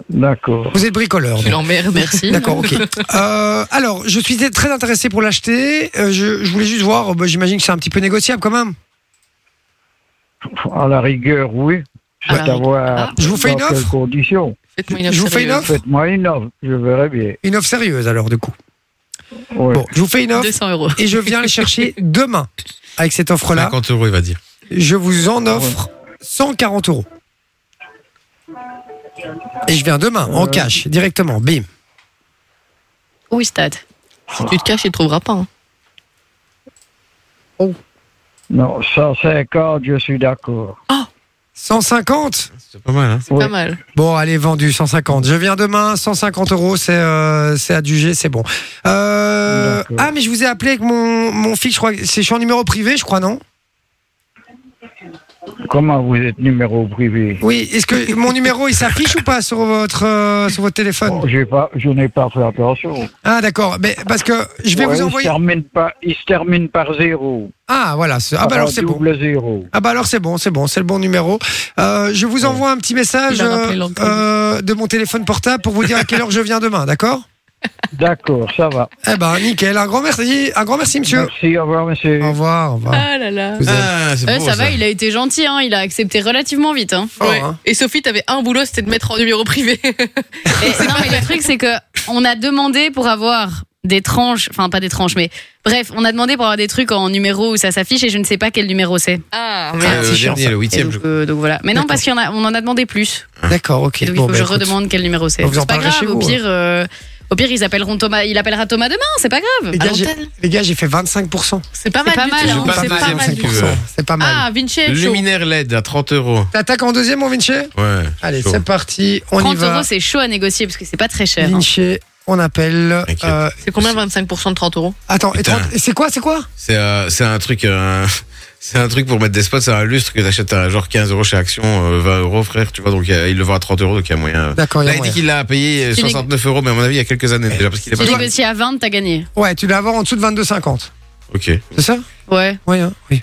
D'accord.
Vous êtes bricoleur.
Je
donc.
l'emmerde, merci.
D'accord, ok. Euh, alors, je suis très intéressé pour l'acheter. Euh, je, je voulais juste voir, euh, ben, j'imagine que c'est un petit peu négociable quand même.
À la rigueur, oui.
À la
Faut savoir
rigueur. Ah,
bah Ah, je vous fais
dans
une offre
quelles conditions.
Faites-moi une offre
Je vous fais une
sérieuse.
offre
Faites-moi une offre, je verrai bien.
Une offre sérieuse alors, du coup.
Ouais.
Bon, je vous fais une offre
200 euros.
et je viens le chercher demain avec cette offre-là.
50 euros, il va dire.
Je vous en offre 140 euros. Et je viens demain en
Euh.
cash directement, bim.
Oui, Stade. Si tu te caches, il ne trouvera pas. hein.
Non, 150, je suis d'accord.
150
C'est pas mal, hein
C'est pas mal.
Bon, allez, vendu 150. Je viens demain, 150 euros, c'est euh, c'est adjugé, c'est bon. Euh, ah, mais je vous ai appelé avec mon, mon fixe, je crois. que C'est je suis en numéro privé, je crois, non
Comment vous êtes numéro privé
Oui, est-ce que mon numéro, il s'affiche ou pas sur votre, euh, sur votre téléphone
Bon, Oh, j'ai pas, je n'ai pas fait attention.
Ah, d'accord, mais parce que je vais
Ouais,
vous envoyer.
Il se termine par, il se termine par zéro.
Ah, voilà, c'est- ah, bah
Par
alors
un
c'est bon.
Double zéro.
Ah bah alors c'est bon, c'est bon, c'est le bon numéro. Euh, je vous envoie un petit message
Il a rappelé
euh,
l'antenne.
euh, de mon téléphone portable pour vous dire à quelle heure je viens demain, d'accord
D'accord, ça va.
Eh ben nickel, un grand merci, un grand merci monsieur.
Merci, au revoir, monsieur.
Au revoir, au revoir.
Ah là là.
Vous êtes
Ah, c'est
Euh,
beau,
ça, va, il a été gentil, hein, il a accepté relativement vite. hein.
fort,
Ouais.
hein.
Et Sophie, t'avais un boulot, c'était de mettre en numéro privé.
Et- non, mais le truc, c'est que on a demandé pour avoir des tranches, enfin pas des tranches, mais bref, on a demandé pour avoir des trucs en numéro où ça s'affiche et je ne sais pas quel numéro c'est.
ah,
Ah,
merde.
le
c'est chiant,
dernier,
ça.
le
Et
huitième,
Donc,
je
euh, donc voilà. Mais non,
D'accord.
parce qu'on a- on en a demandé plus.
D'accord, ok.
Donc il
Bon,
faut
bah,
que je
écoute.
redemande quel numéro c'est.
On vous en
C'est pas
parlera
grave,
chez
au
vous, hein.
pire, euh, au pire ils appelleront Thomas, il appellera Thomas demain, c'est pas grave.
Les gars,
À
Eh j'ai-
l'antenne.
les gars, j'ai fait 25%.
C'est pas
C'est
mal.
pas
du
mal,
tout.
hein.
C'est pas
deuxième,
mal. du
tu
tout.
veux.
5%, c'est pas mal.
Ah, Vinci est chaud.
Luminaire LED à 30 euros.
T'attaques en deuxième, mon Vinci
Ouais.
Allez,
chaud.
c'est parti, on y
30
va.
euros, c'est chaud à négocier parce que c'est pas très cher. hein.
Vinci, on appelle.
T'inquiète.
euh,
C'est combien 25% de 30 euros
attends, et
Putain.
30 et c'est quoi, c'est quoi
C'est euh, c'est un truc. euh, c'est un truc pour mettre des spots, c'est un lustre que t'achètes à genre 15 euros chez Action, euh, 20 euros frère, tu vois, donc il y a- il le vend à 30 euros, donc il y a moyen.
D'accord, il y a
Là, il dit
moyen.
qu'il l'a payé
Tu
69 euros, mais à mon avis, il y a quelques années déjà, parce qu'il est
Tu
pas cher.
négocies à 20, t'as gagné.
Ouais, tu dois avoir en dessous de 22,50.
Ok.
C'est ça
Ouais,
Oui, hein, oui.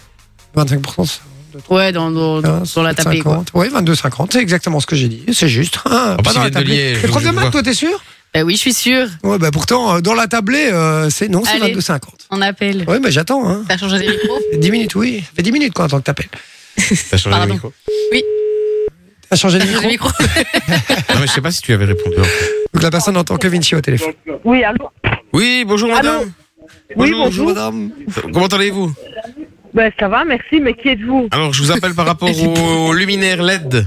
25%. c'est-
ouais, dans,
Ah,
dans, dans- dans la tapée quoi.
Oui, 22,50, c'est exactement ce que j'ai dit. C'est juste. hein,
Ah,
pas
parce
dans la
qu'il vient de
tablée.
Liège,
Le
donc
prof de
je
maths,
vois.
toi, t'es sûr
Ben
Bah oui, je suis sûre.
Ouais, bah pourtant, euh, dans la tablée, euh, c'est non, c'est
Allez.
22,50.
On appelle.
Ouais, bah j'attends. Hein.
T'as changé des micros
10 minutes, oui. Ça fait 10 minutes qu'on attend que t'appelles.
T'as changé
Pardon.
de micro
T'as changé de
T'as changé
micro
des micros
Non, mais je sais pas si tu avais répondu. en fait.
Donc la personne n'entend que Vinci au téléphone.
Oui, allô
Oui, bonjour madame.
Oui, bonjour.
madame.
Comment allez-vous
Bah,
Ben, ça va, merci, mais qui êtes-vous
Ah.
Alors, je vous appelle par rapport au, luminaire E LED.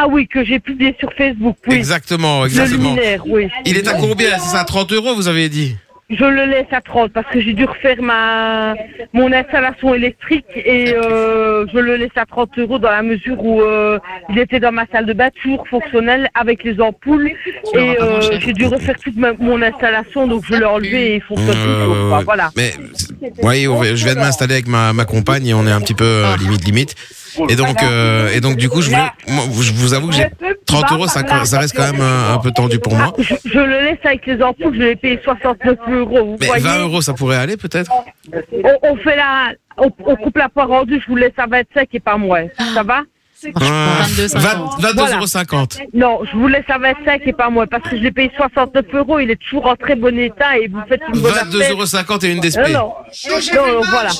Ah oui, que j'ai publié sur Facebook, oui.
Exactement,
Le
exactement.
luminaire, oui.
Il est à combien là C'est ça, à 30 euros, vous avez dit
Je le laisse à 30 parce que j'ai dû refaire ma mon installation électrique et euh, je le laisse à 30 euros dans la mesure où euh, il était dans ma salle de bain toujours fonctionnel avec les ampoules et
rends vraiment
euh,
cher.
j'ai dû refaire toute ma- mon installation donc je l'ai enlevé et il fonctionne toujours. quoi,
Euh,
voilà.
Mais oui, je viens de m'installer avec ma, ma compagne et on est un petit peu
Ah.
euh, limite limite.
Oh,
Et donc euh, et donc du coup, je, voulais- moi, je vous avoue que j'ai 30 euros, ça, ça reste quand même euh, un, un peu tendu pour moi.
Ah, Je, je le laisse avec les ampoules, je l'ai payé 69 euros. Vous
Mais
voyez
20 euros, ça pourrait aller peut-être.
on, on fait la, on, on coupe la part en deux, je vous laisse à 25 et pas moins. Ça va
Euh,
22,50.
20 22,50 euros. cinquante.
Non, je vous laisse à 25 et pas moins parce que je l'ai payé 69 euros, il est toujours en très bon état et vous faites une bonne
22
affaire.
euros cinquante et une DSP.
Non, non, non, non, voilà.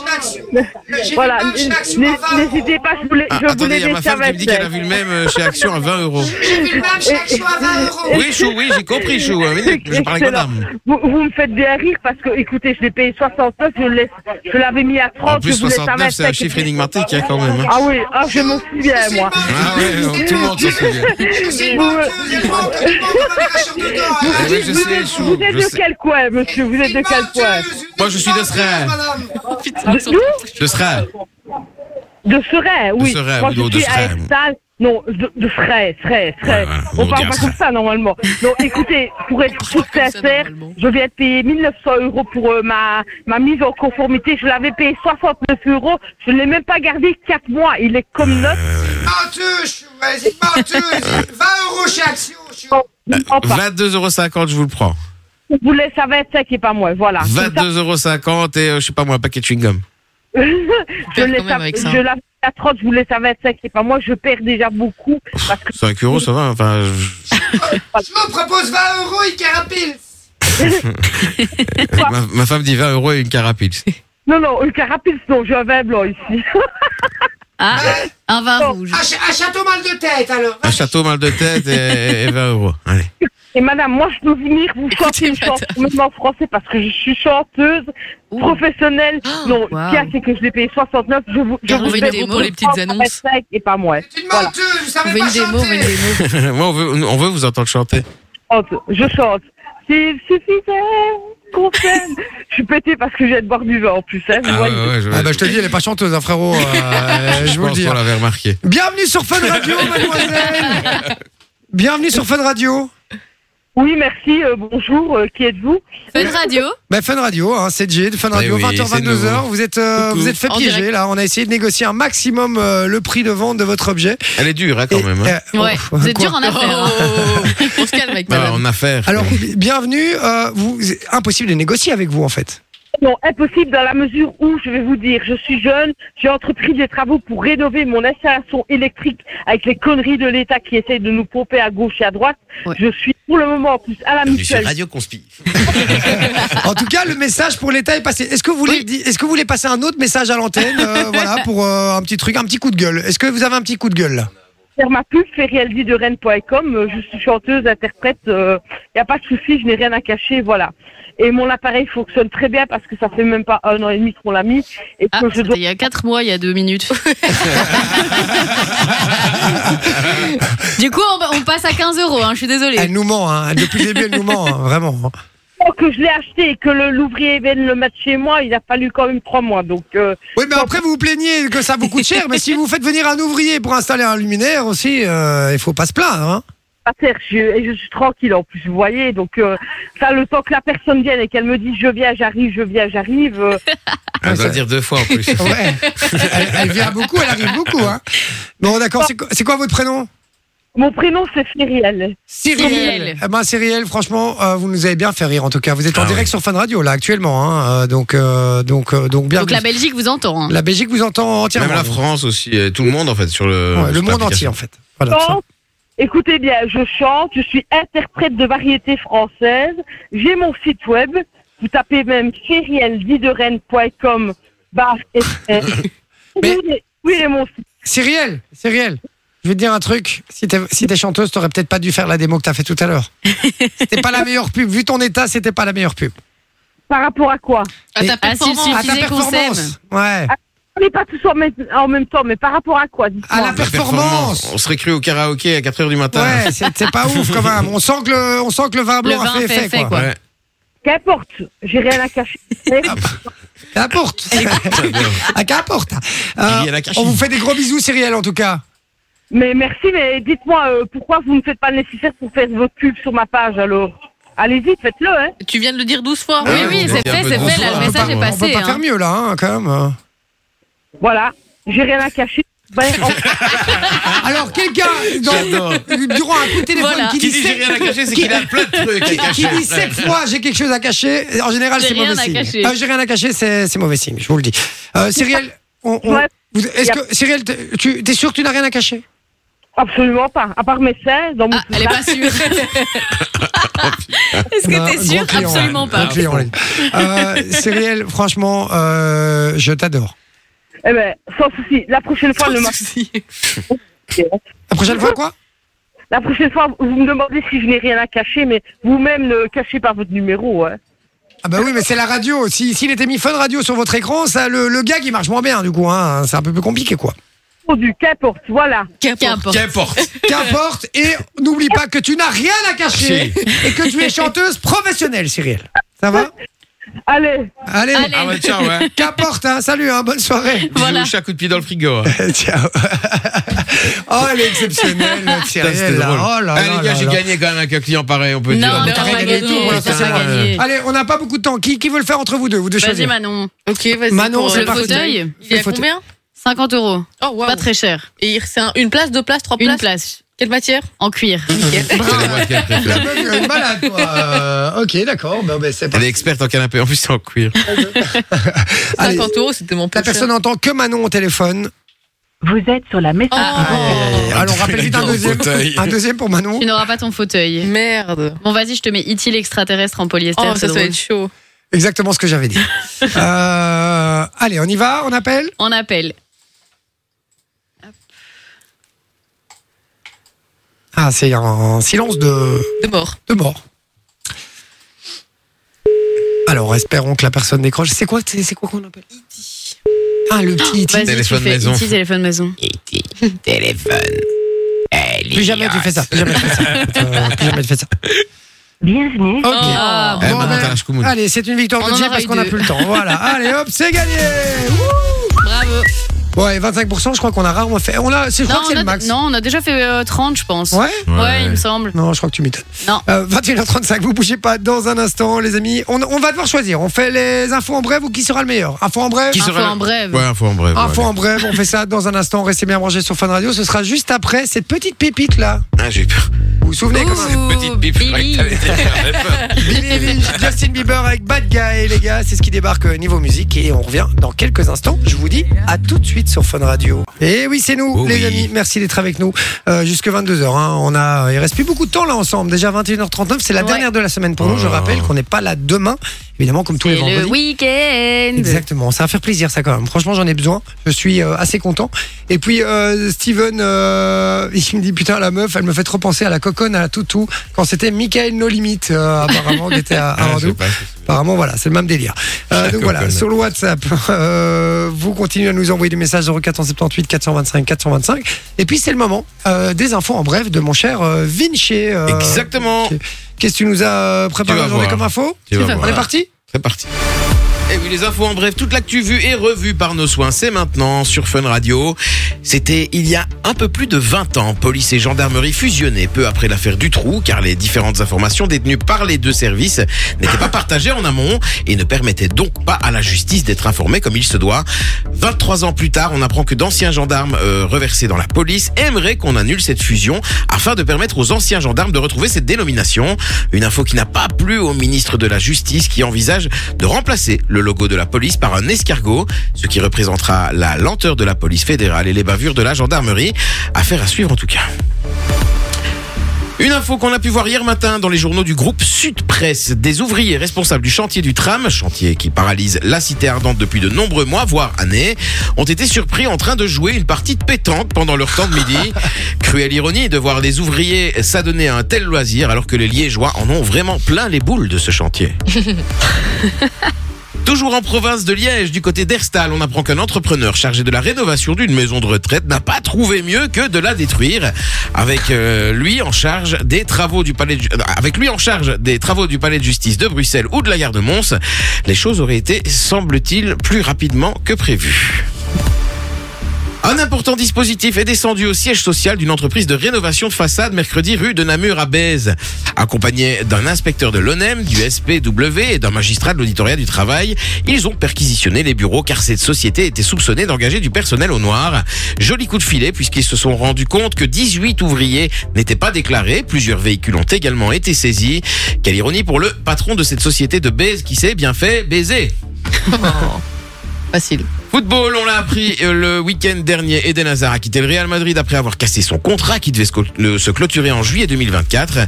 Voilà, n- n'hésitez pas, je vous, la-
Ah,
je vous
attendez, il
les
y a ma
laisse à
femme qui me dit
25.
qu'elle a vu le même euh, chez Action à 20 euros. Oui, Chou, oui, j'ai compris, Chou. Euh, mais Je parle avec
Excellent.
madame.
Vous, vous me faites bien rire parce que, écoutez, je l'ai payé 69, je, le laisse, je l'avais mis à 30,
En plus,
je vous laisse à
69,
25.
c'est un chiffre énigmatique hein, quand même. hein.
Ah oui, ah, je m'en souviens, moi. euh,
Ah ouais, tout le monde s'en souvient. Eh ben, je sais, Chou,
Vous êtes
je
de
sais.
quel coin, monsieur Vous êtes de quel coin
Moi, je suis de Seraing.
D'où
De Seraing.
De Seraing, oui.
Seraing,
Moi,
oui,
je
non, de
suis à
Seraing.
Herstal. Non, de, de Seraing, Seraing, Seraing.
Ouais, ouais, on
On
dit
parle
à
pas
Seraing.
comme ça, normalement. Non, écoutez, pour être tout
comme ça,
sincère,
normalement.
je viens de payer 1900 euros pour euh, ma, ma mise en conformité. Je l'avais payé 69 euros. Je ne l'ai même pas gardé 4 mois. Il est comme neuf.
vas-y, 20 euros chez Action.
En- en part.
22,50 euros, je vous le prends.
On vous laisse à 25 et pas moi. Voilà. Comme ça,
22,50 euros et euh, je sais pas moi, un paquet de chewing-gum.
je
perds
laisse
quand même
à-
avec ça.
je la à 30, je vous laisse à 25 et pas moi. Je perds déjà beaucoup parce que
5 euros, ça va. Enfin, je-
Je me propose 20 euros et carapils.
ma, ma femme dit 20 euros et une carapille.
Non, non, le carapils, non, j'ai un vin blanc ici.
Ah, un vin rouge.
Un, ch- un château mal de tête, alors.
Un château mal de tête et, et 20 euros. Allez.
Et madame, moi, je peux venir vous chanter une chanson, même en français, parce que je suis chanteuse professionnelle. non, ce qu'il y a, c'est que je l'ai payé 69. Je vous, je
Car Ah, on
vous
veut une
paye
démo
vos
pour les petites
35, Et pas moi. C'est une menteuse,
vous savez pas chanter.
Moi, on veut, on veut vous entendre chanter.
chante, je chante. S'il suffisait qu'on s'aime. je suis pétée parce que j'ai de boire du vin en plus. Hein, vous voyez.
Ah bah, je te dis, elle est pas chanteuse, hein, frérot. euh, je vous le
pense
dis.
qu'on l'avait remarqué.
Bienvenue sur Fun Radio, mademoiselle. Bienvenue sur Fun Radio.
Oui, merci, euh, bonjour, euh, qui êtes-vous
Fun Radio
Bah, Fun Radio, hein, c'est Jay de Fun Radio,
Eh oui,
20h,
c'est nouveau.
22h. Vous êtes, euh,
Coucou.
vous êtes fait
En
piéger
direct.
là. On a essayé de négocier un maximum euh, le prix de vente de votre objet.
Elle est dure, hein, quand même. hein.
Euh,
Ouais,
oh,
vous êtes
quoi
dur en affaires. hein. On se calme avec
Bah,
madame.
en affaire.
Alors, bienvenue. euh, vous, c'est impossible de négocier avec vous en fait.
Non, impossible dans la mesure où, je vais vous dire, je suis jeune, j'ai entrepris des travaux pour rénover mon installation électrique avec les conneries de l'État qui essayent de nous pomper à gauche et à droite. Je suis pour le moment en plus à la mutuelle.
Conspi.
En tout cas, le message pour l'État est passé. Est-ce que vous voulez, di- est-ce que vous voulez passer un autre message à l'antenne, euh, voilà, pour euh, un petit truc, un petit coup de gueule. Est-ce que vous avez un petit coup de gueule là
Faire ma pub, ferialdi de Rennes.com, euh, je suis chanteuse, interprète, il n'y a pas de souci, je n'ai rien à cacher, voilà. Et mon appareil fonctionne très bien parce que ça fait même pas un an et demi qu'on l'a mis. Et que je dois...
Ah, Il y a 4 mois, il y a 2 minutes. du coup, bah, on, on passe à 15 euros, hein, je suis désolée.
Elle nous ment, hein. depuis le début, elle nous ment, hein, vraiment.
Tant que je l'ai acheté et que le- l'ouvrier vienne le mettre chez moi, il a fallu quand même trois mois. Donc, euh,
Oui, mais après, vous vous plaignez que ça vous coûte cher, mais si vous faites venir un ouvrier pour installer un luminaire aussi, euh, il faut pas se plaindre. hein.
pas faire. Je, et je suis tranquille en plus, vous voyez. Donc, euh, ça, le temps que la personne vienne et qu'elle me dise je viens, j'arrive, je viens, j'arrive. euh,
Elle doit Ah, dire deux fois en plus.
Ouais. Elle, elle vient beaucoup, elle arrive beaucoup. Hein. Bon, d'accord, c'est quoi- c'est quoi votre prénom
mon prénom, c'est Cyrielle.
Eh ben, Cyrielle, franchement, euh, vous nous avez bien fait rire en tout cas. Vous
Ah
êtes en direct sur Fun Radio là actuellement, hein, euh, donc, euh, donc, euh, donc bien.
Donc la Belgique vous entend. hein.
La Belgique vous entend entièrement.
Même la France aussi, euh, tout le monde en fait sur le.
Ouais,
sur
le monde
l'application.
entier en fait.
Je
Voilà.
chante. Écoutez bien, je chante, je suis interprète de variété française. J'ai mon site web. Vous tapez même cyrielle-dideren.com barre SR. Oui, oui, et mon site.
Cyrielle, Cyrielle, je vais te dire un truc. Si t'es si t'es chanteuse, t'aurais peut-être pas dû faire la démo que t'as fait tout à l'heure. C'était pas la meilleure pub. Vu ton état, c'était pas la meilleure pub.
Par rapport à quoi
À ta
Ah, s'il
performance.
suffisait À ta qu'on performance. s'aime. Ouais.
On n'est pas tous en même, en même temps, mais par rapport à quoi dites-moi.
À la performance.
On serait cru au karaoké à 4h du matin.
Ouais, c'est c'est pas ouf quand même. On sent que le, on sent que le vin blanc a fait effet, quoi.
Ouais.
Qu'importe, j'ai rien à cacher.
Ah bah, Qu'importe. Ah, qu'importe. Euh,
Cyrielle a caché.
on vous fait des gros bisous, Cyrielle, en tout cas.
mais merci, mais dites-moi euh, pourquoi vous ne faites pas le nécessaire pour faire votre pub sur ma page alors Allez-y, faites-le. Hein.
Tu viens de le dire 12 fois.
Ah
Oui, oui,
on
c'est
dit un
fait,
peu
c'est
de
fait, là,
bonsoir,
le
on peut
message
pas- on
est
On peut
passé.
pas faire
hein.
mieux là, hein, quand même.
Voilà, j'ai rien à cacher. Ben, en-
Alors, quelqu'un,
J'adore.
dans- durant un coup de téléphone,
Voilà.
qui,
Qui
dit
dit j'ai
sept-
rien à cacher, c'est
qui-
qu'il a plein de trucs à
qui-
cacher.
qui dit sept fois j'ai quelque chose à cacher, en général,
J'ai
c'est
rien
mauvais
à
signe.
cacher.
Ah, j'ai rien à cacher, c'est c'est mauvais signe, je vous le dis. Euh, Cyrielle, on- on-
Ouais.
vous- est-ce que, Cyrielle, t'es- tu es sûr que tu n'as rien à cacher
absolument pas. À part mes seins, dans mon
Ah, elle est pas sûre. Est-ce
Non,
que t'es
gros
sûre
client,
Absolument
ouais,
pas.
gros client, Lynn. Euh, Cyrielle, franchement, euh, je t'adore.
Eh ben, sans souci. La prochaine fois, le mardi.
La prochaine fois, quoi
La prochaine fois, vous me demandez si je n'ai rien à cacher, mais vous-même ne cachez pas votre numéro. Hein.
Ah bah oui, mais c'est la radio. Si- S'il était mis Fun Radio sur votre écran, ça, le, le gag, il marche moins bien, du coup. hein. C'est un peu plus compliqué, quoi.
Oh, du qu'importe, voilà.
Qu'importe.
Qu'importe.
Qu'importe, et n'oublie pas que tu n'as rien à cacher et que tu es chanteuse professionnelle, Cyril. Ça va
Allez,
Allez,
Allez.
Ah ouais, ciao, ouais.
qu'importe, hein. salut, hein, bonne soirée.
Voilà.
Voilà. un coup de pied dans le frigo. hein.
Ciao. oh, elle est exceptionnelle, notre
Putain,
Cyril.
c'était
là.
drôle.
Oh là
Ah,
là
les gars,
là
j'ai
là.
gagné quand même avec un client pareil, on peut dire.
Non, t'as
T'as rien
pas
gagné,
gagné,
tout, voilà,
t'as
ça, c'est
pas
bon.
gagné.
Allez, on n'a pas beaucoup de temps. Qui, qui veut le faire entre vous deux Vous deux
Vas-y,
choisir.
Manon.
Ok, vas-y.
Manon,
pour,
c'est
euh,
pas-
Le fauteuil,
Il y a
faut-
combien
50 euros.
Oh, waouh.
Pas très cher.
Et il- c'est un- une place, deux places, trois
Une
places
place.
Quelle matière
En cuir.
C'est la boîte qu'elle
La
préfère.
meuf, elle est malade, quoi. Euh, ok, d'accord. Ben, ben, c'est pas...
Elle est experte en canapé, en plus c'est en cuir.
Allez.
50 euros, c'était mon peu
La personne n'entend que Manon au téléphone.
Vous êtes sur la messagerie.
Et alors, on rappelle vite un deuxième. Un deuxième pour Manon.
Tu n'auras pas ton fauteuil.
Merde.
Bon, vas-y, je te mets Itil extraterrestre en polyester.
Oh,
c'est
ça, ça va
drôle.
être chaud.
Exactement ce que j'avais dit. Euh, allez, on y va, on appelle
On appelle.
Ah, c'est un silence de.
De mort.
De mort. Alors, espérons que la personne décroche. C'est quoi, c'est c'est quoi qu'on appelle Ah, le petit E.T.
Vas-y, tu fais E.T. téléphone maison.
téléphone.
Plus jamais tu fais ça. Plus jamais tu fais ça. Euh, plus jamais tu fais ça.
Bienvenue.
Ok.
Ah,
Bon,
bon,
ben,
t'arraches Koumoun.
allez, c'est une victoire
On
de
en
Jay
aura
parce
eu
qu'on n'a
deux.
plus le temps. Voilà. Allez, hop, c'est gagné.
Bravo.
Wouh ouais, 25%, je crois qu'on a rarement fait. On l'a, c'est- je
Non
crois que
on,
c'est
a,
le max.
non, on a déjà fait euh, 30, je pense.
Ouais
Ouais, il me semble.
Non, je crois que tu m'étonnes.
Non.
Euh, 21h35, vous bougez pas dans un instant, les amis. On, on va devoir choisir. On fait les infos en bref ou qui sera le meilleur Info en bref
Qui
Info
sera-
en bref.
Ouais, info en bref. ouais,
Info
allez.
en bref, on fait ça dans un instant. Restez bien branchés sur Fun Radio. Ce sera juste après cette petite pépite là.
Ah, j'ai eu peur.
Vous vous souvenez quand c'est
Ouh,
Petite pipe, ouais,
Billy.
t'avais- t'avais peur.
Billie Eilish, Justin Bieber avec Bad Guy, les gars, c'est ce qui débarque euh, niveau musique et on revient dans quelques instants. Je vous dis à tout de suite sur Fun Radio. Et oui, c'est nous,
Oh
les
oui.
amis. Merci d'être avec nous euh, jusque 22h. On a, euh, il reste plus beaucoup de temps là ensemble. Déjà 21h39, c'est la
Ouais.
dernière de la semaine pour nous. Je
Oh.
rappelle qu'on n'est pas là demain, évidemment comme tous
C'est
les
le
vendredis.
week-end.
Exactement, ça va faire plaisir ça quand même. Franchement, j'en ai besoin. Je suis euh, assez content. Et puis euh, Steven, euh, il me dit putain la meuf, elle me fait trop penser à la coconne, à la toutou quand c'était Michael No Limit euh, apparemment qui était à, à
Ah, je
Bordeaux.
sais pas.
Apparemment, voilà, c'est le même délire. Euh,
La
donc voilà,
coconne.
sur le WhatsApp, euh, vous continuez à nous envoyer des messages 0478 425 425. Et puis c'est le moment euh, des infos en bref de mon cher euh, Vinci. euh,
Exactement.
Qu'est-ce que tu nous as préparé
Tu vas
aujourd'hui
voir.
comme info
Tu vas
On est
voir.
parti
C'est parti. Et oui, les infos en bref, toute l'actu vue et revue par nos soins, c'est maintenant sur Fun Radio. C'était il y a un peu plus de 20 ans, police et gendarmerie fusionnaient peu après l'affaire du trou, car les différentes informations détenues par les deux services n'étaient pas partagées en amont et ne permettaient donc pas à la justice d'être informée comme il se doit. 23 ans plus tard, on apprend que d'anciens gendarmes euh, reversés dans la police aimeraient qu'on annule cette fusion afin de permettre aux anciens gendarmes de retrouver cette dénomination. Une info qui n'a pas plu au ministre de la Justice qui envisage de remplacer le logo de la police par un escargot, ce qui représentera la lenteur de la police fédérale et les bavures de la gendarmerie. Affaire à suivre en tout cas. Une info qu'on a pu voir hier matin dans les journaux du groupe Sud Presse. Des ouvriers responsables du chantier du tram, chantier qui paralyse la cité ardente depuis de nombreux mois, voire années, ont été surpris en train de jouer une partie de pétante pendant leur temps de midi. Cruelle ironie de voir des ouvriers s'adonner à un tel loisir alors que les liégeois en ont vraiment plein les boules de ce chantier. Toujours en province de Liège, du côté d'Erstal, on apprend qu'un entrepreneur chargé de la rénovation d'une maison de retraite n'a pas trouvé mieux que de la détruire. Avec euh, lui en charge des travaux du palais, de ju- euh, avec lui en charge des travaux du palais de justice de Bruxelles ou de la gare de Mons, les choses auraient été, semble-t-il, plus rapidement que prévu. Un important dispositif est descendu au siège social d'une entreprise de rénovation de façade mercredi rue de Namur à Bèze. Accompagné d'un inspecteur de l'ONEM, du SPW et d'un magistrat de l'auditoriat du travail, ils ont perquisitionné les bureaux car cette société était soupçonnée d'engager du personnel au noir. Joli coup de filet puisqu'ils se sont rendus compte que 18 ouvriers n'étaient pas déclarés. Plusieurs véhicules ont également été saisis. Quelle ironie pour le patron de cette société de Bèze qui s'est bien fait baiser.
Facile.
Football, on l'a appris euh, le week-end dernier. Eden Hazard a quitté le Real Madrid après avoir cassé son contrat qui devait se clo- le- se clôturer en juillet 2024.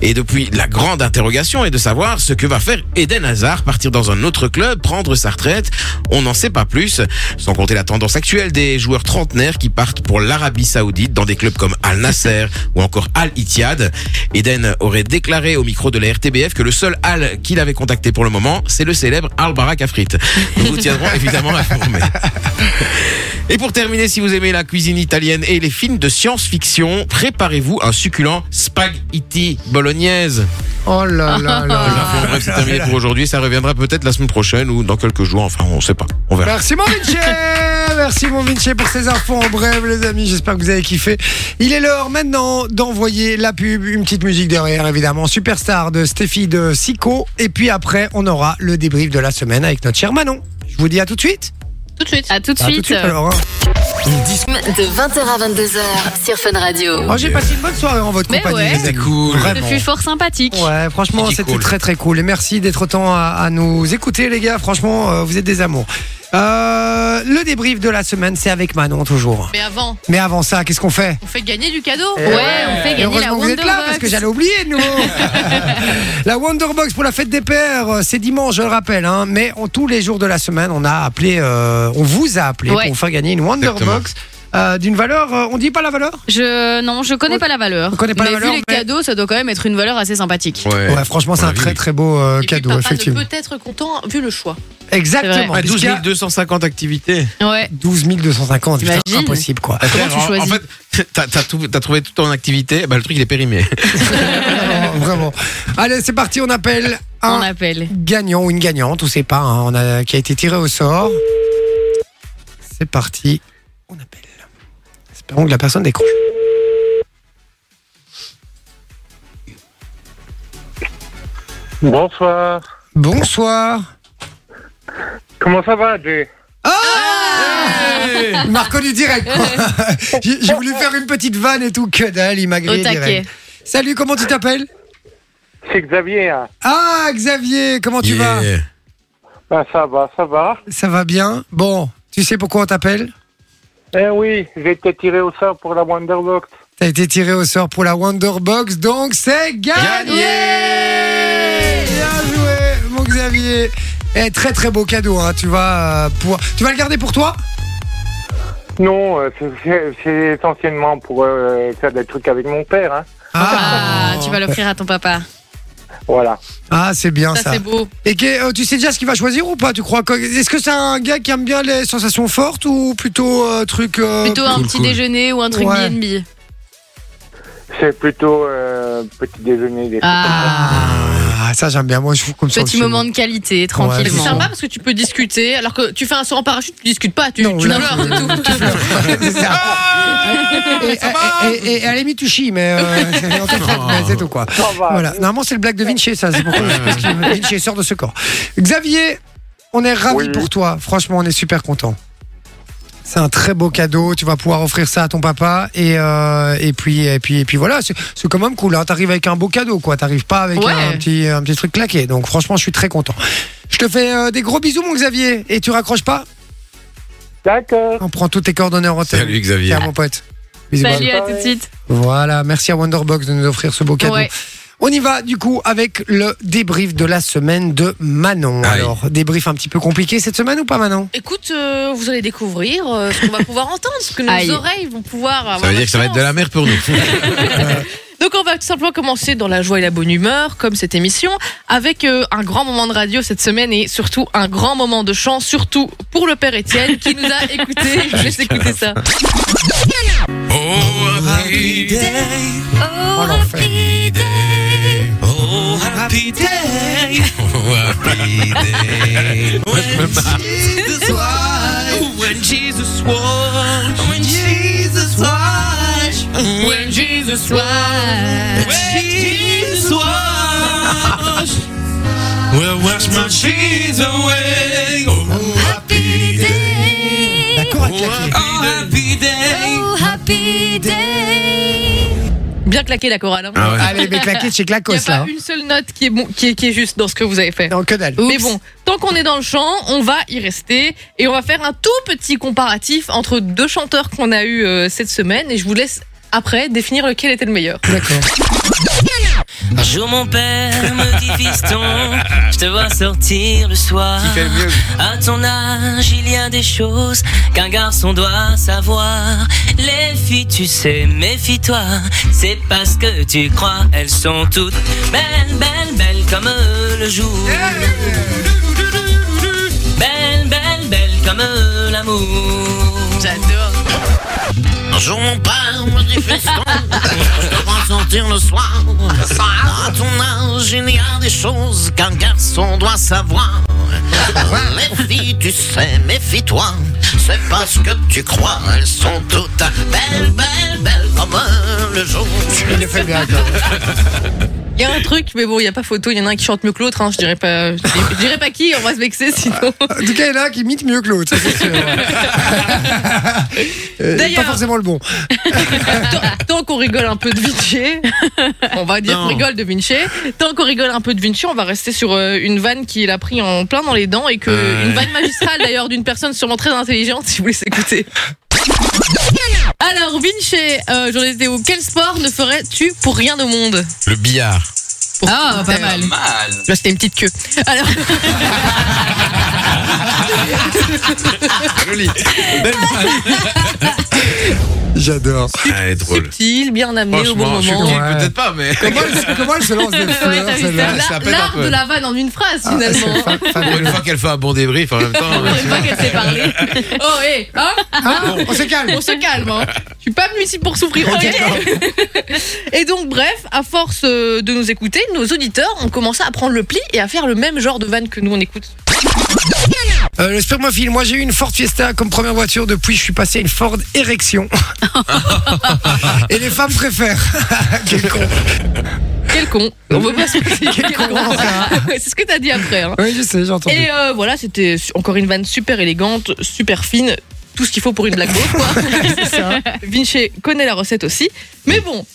Et depuis, la grande interrogation est de savoir ce que va faire Eden Hazard, partir dans un autre club, prendre sa retraite. On n'en sait pas plus, sans compter la tendance actuelle des joueurs trentenaires qui partent pour l'Arabie Saoudite dans des clubs comme Al Nasser ou encore Al Ittihad. Eden aurait déclaré au micro de la RTBF que le seul Al qu'il avait contacté pour le moment, c'est le célèbre Al Barak Afrit. Nous vous tiendrons évidemment informés. Et pour terminer, si vous aimez la cuisine italienne et les films de science-fiction, préparez-vous un succulent spaghetti bolognaise.
Oh là là là.
Bon, bref, c'est terminé pour aujourd'hui. Ça reviendra peut-être la semaine prochaine ou dans quelques jours. Enfin, on sait pas. On verra.
Merci mon Vinci Merci mon Vinci pour ces infos en bref les amis, j'espère que vous avez kiffé. Il est l'heure maintenant d'envoyer la pub, une petite musique derrière évidemment, Superstar de Stéphie de Sico et puis après on aura le débrief de la semaine avec notre cher Manon. Je vous dis à tout de suite.
Tout de suite.
À tout de
À tout de
suite.
suite alors. hein.
On discute.
De 20h à 22h sur Fun Radio.
Oh, J'ai passé une bonne soirée en votre
Mais
compagnie.
ouais.
les amis.
C'était cool.
Ce
Vraiment.
fut fort sympathique.
Ouais, franchement,
C'était
c'était
cool.
très très cool. Et merci d'être autant à, à nous écouter, les gars. Franchement, euh, vous êtes des amours. Euh, le débrief de la semaine, c'est avec Manon toujours.
Mais avant,
Mais avant ça, qu'est-ce qu'on fait
on fait gagner du cadeau.
Ouais, on fait gagner
Eh
la
Heureusement que vous
Wonderbox.
êtes là parce que j'allais oublier de nouveau. la Wonderbox pour la fête des pères, euh, c'est dimanche, je le rappelle. hein, mais en, tous les jours de la semaine, on a appelé, euh, on vous a appelé
Ouais.
pour vous faire gagner une Wonderbox. euh, d'une valeur. euh, on dit pas la valeur
Je non, je connais pas la valeur.
connaît pas la
mais
valeur,
vu les
mais-
cadeaux, ça doit quand même être une valeur assez sympathique.
Ouais, franchement, c'est un très très beau euh, cadeau,
Papa ne
effectivement.
peut être content vu le choix.
Exactement.
Ouais, 12
puisqu'il y a
250 activités.
Ouais.
12 250, putain,
T'imagines
impossible quoi.
Comment tu choisis En fait, t'as- t'as tout- t'as trouvé toute ton activité, bah, le truc il est périmé.
Vraiment, vraiment. Allez, c'est parti, on appelle un
On appelle.
gagnant ou une gagnante, on sait pas, hein, on a, qui a été tiré au sort. C'est parti, on appelle. Espérons que la personne décroche.
Bonsoir.
Bonsoir.
Comment ça va, Jay
Il m'a reconnu direct. quoi. J'ai j'ai voulu faire une petite vanne et tout, que dalle, il m'a grillé
Au taquet.
direct. Salut, comment tu t'appelles
C'est Xavier. hein.
Ah, Xavier, comment tu vas
Ben,
Bah,
ça va, ça va.
Ça va bien Bon, tu sais pourquoi on t'appelle
Eh oui, j'ai été tiré au sort pour la Wonderbox.
T'as été tiré au sort pour la Wonderbox, donc c'est gagné Bien joué, mon Xavier Eh, Très très beau cadeau, hein. tu, vas, euh, pouvoir- tu vas le garder pour toi
Non, euh, c'est- c'est c'est essentiellement pour euh, faire des trucs avec mon père. hein.
Ah, tu vas l'offrir à ton papa.
Voilà.
Ah, c'est bien ça.
Ça, c'est beau.
Et que, euh, tu sais déjà ce qu'il va choisir ou pas Tu crois que- Est-ce que c'est un gars qui aime bien les sensations fortes ou plutôt euh, truc euh,
Plutôt un petit déjeuner ou un truc
Ouais.
B&B.
C'est plutôt euh, petit déjeuner. Des
Ah, ça j'aime bien. Moi, je trouve comme ça.
Petit
aussi.
moment de qualité,
Ouais,
c'est
c'est
sympa
ça.
parce que tu peux discuter, alors que tu fais un saut en parachute, tu discutes pas, tu, tu
là,
pleures, Ah c'est tout.
C'est ça. Et, et- et- et à la limite, tu chies, mais euh, c'est- en tout cas, mais c'est tout quoi. Voilà. Normalement, c'est le blague de Vinci, ça. C'est pourquoi parce que Vinci sort de ce corps. Xavier, on est ravis pour toi. Franchement, on est super contents. C'est un très beau cadeau. Tu vas pouvoir offrir ça à ton papa. Et, euh, et, puis, et, puis, et puis voilà, c'est c'est quand même cool. Hein. T'arrives avec un beau cadeau, quoi. T'arrives pas avec
Ouais.
un, petit, un petit truc claqué. Donc, franchement, je suis très content. Je te fais euh, des gros bisous, mon Xavier. Et tu raccroches pas
D'accord.
On prend toutes tes coordonnées en retard.
Salut, Xavier.
mon pote. Bisous,
Salut,
bye.
à tout de suite.
Voilà, merci à Wonderbox de nous offrir ce beau cadeau.
Ouais.
On y va du coup avec le débrief de la semaine de Manon. Alors, débrief un petit peu compliqué cette semaine ou pas Manon
Écoute, euh, vous allez découvrir euh, ce qu'on va pouvoir entendre, ce que nos
Aïe.
oreilles vont pouvoir
Ah,
avoir.
Ça veut dire que ça va être de la merde pour nous.
Donc on va tout simplement commencer dans la joie et la bonne humeur, comme cette émission, avec euh, un grand moment de radio cette semaine et surtout un grand moment de chant, surtout pour le père Étienne qui nous a écouté. Je vous laisse écouter ça.
Oh, Happy day. Oh, happy day. Oh, happy day.
Oh, happy day. Moi, je me marre.
Jesus was. When Jesus was. When Jesus was. When Jesus was. When Jesus was. Well, wash my cheese away. Oh, happy day. Oh, happy day. Oh, happy day.
Bien claqué la chorale. hein.
Ah ouais. Allez, mais claqué de chez Clacos,
Il y a pas
là, hein.
une seule note qui est, bon, qui est, qui est juste dans ce que vous avez fait.
que dalle.
Mais bon, tant qu'on est dans le chant, on va y rester et on va faire un tout petit comparatif entre deux chanteurs qu'on a eu euh, cette semaine et je vous laisse après définir lequel était le meilleur.
D'accord.
Un jour mon père me dit fiston, je te vois sortir le soir. À ton âge, il y a des choses qu'un garçon doit savoir. Les filles, tu sais, méfie-toi. C'est parce que tu crois, elles sont toutes belles, belles, belles comme le jour. Belles, belles, belles comme l'amour. J'adore.
Un jour mon père me dit fiston,
Ah,
je devrais sortir le soir. À ton âge, il y a des choses qu'un garçon doit savoir. Les filles, tu sais, méfie-toi. C'est pas ce que tu crois, elles sont toutes belles, belles, belles comme le jour.
Il le fait bien.
Il y a un truc, mais bon, il n'y a pas photo. Il y en a un qui chante mieux que l'autre. hein, je dirais pas, je dirais- je dirais pas qui. On va se vexer sinon.
Ah, En tout cas, il y en a un qui imite mieux que l'autre, ça, c'est sûr. Euh, pas forcément le bon.
Tant qu'on rigole un peu de Vinci, on va dire
Non.
qu'on rigole de Vinci. Tant qu'on rigole un peu de Vinci, on va rester sur euh, une vanne qu'il a pris en plein dans les dents et que
Ouais.
une vanne magistrale d'ailleurs d'une personne sûrement très intelligente. Si vous voulez écouter. Alors Vinci, euh, j'en étais où Quel sport ne ferais-tu pour rien au monde
Le billard.
Ah, pas mal. Là, c'était une petite queue. Alors.
Joli.
J'adore.
Ah, elle est drôle.
Subtil, bien amené au bon
Franchement, je
moment.
suis peut-être pas, mais.
Comment elle, comment elle se lance des fleurs,
Ouais, t'as vu ça
celle-là
L'art- L'art de la vanne en une phrase, finalement.
Pour une fois qu'elle fait un bon débrief en même temps.
Oh, hé, hein
Hein On se calme.
On se calme, hein. Je suis pas venue ici pour souffrir, ok Et donc, bref, à force euh, de nous écouter, nos auditeurs ont commencé à prendre le pli et à faire le même genre de vanne que nous on écoute.
Euh, le spermophile, moi j'ai eu une Ford Fiesta comme première voiture, depuis je suis passé à une Ford érection. Et les femmes préfèrent. Quel con.
Quel con On veut pas se
Quel con, ça.
C'est ce que t'as dit après, hein.
Oui, je sais, j'ai entendu.
Et euh, voilà, c'était su- encore une vanne super élégante, super fine, tout ce qu'il faut pour une blague d'eau, quoi. Vinci connaît la recette aussi. Mais bon,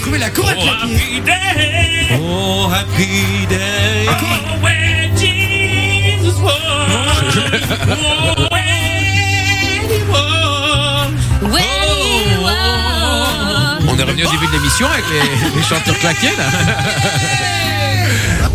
Trouvez la correcte.
oh,
On est revenu au début de l'émission avec les, les chanteurs claqués là.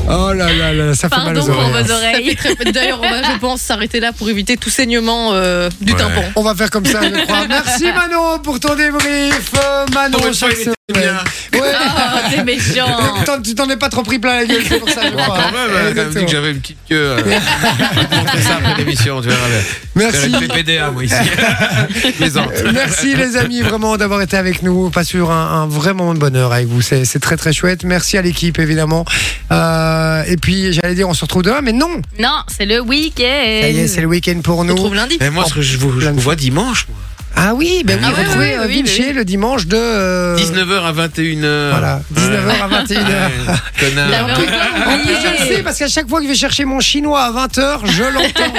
Oh là là là, ça fait mal
Pardon
aux
pour
oreilles.
vos
Ça fait
oreilles.
très peu. D'ailleurs, on va, je pense, s'arrêter là pour éviter tout saignement euh, du
Ouais.
tympan.
On va faire comme ça, je crois. Ah, Merci Manon pour ton débrief. Euh, Manon,
Pour une fois,
chaque
il était
semaine. Ouais.
Oh, t'es méchant.
Mais t'en- Tu t'en es pas trop pris plein la gueule, c'est pour ça, je crois.
Quand même, elle a dit que j'avais une petite queue. euh. Je vais te montrer ça après l'émission, tu verras. le- Faire
Merci.
une PPDA, hein, moi, ici. Plaisante.
Euh, Merci les amis vraiment d'avoir été avec nous. On passe sur un, un vrai moment de bonheur avec vous. C'est c'est très très chouette. Merci à l'équipe évidemment. Euh, et puis j'allais dire on se retrouve demain, mais non.
Non, c'est le week-end.
Ça y est, c'est le week-end pour
On se
nous.
retrouve lundi.
Mais moi, ce que je vous, je vous vois dimanche, moi.
Ah oui, ben
Ah
oui,
ouais,
retrouvez
ouais,
euh,
oui,
Vinci
oui.
le dimanche de euh,
19h à 21h.
Voilà, 19h à 21h.
La
Connard.
vraie
En plus, Ah, je le sais
oubliée.
parce qu'à chaque fois que je vais chercher mon chinois à 20h, je l'entends.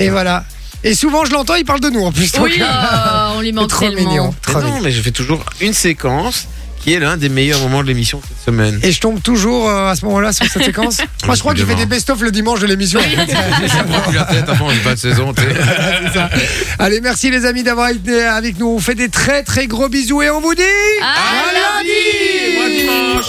Et voilà. Et souvent, je l'entends, il parle de nous en plus.
Ah. Oui,
Donc, euh,
oh, on lui
c'est
manque
trop
tellement.
mignon.
Mais
trop
non,
mignon.
mais je fais toujours une séquence qui est l'un des meilleurs moments de l'émission cette semaine.
Et je tombe toujours euh, à ce moment-là sur cette séquence. Moi, je crois que je fais
Évidemment.
des best-of le dimanche de l'émission.
Ça prend plus la tête, avant, j'ai pas de saison, tu sais.
C'est ça. Allez, merci les amis d'avoir été avec nous. On vous fait des très très gros bisous et on vous dit.
À lundi
Moi, dimanche.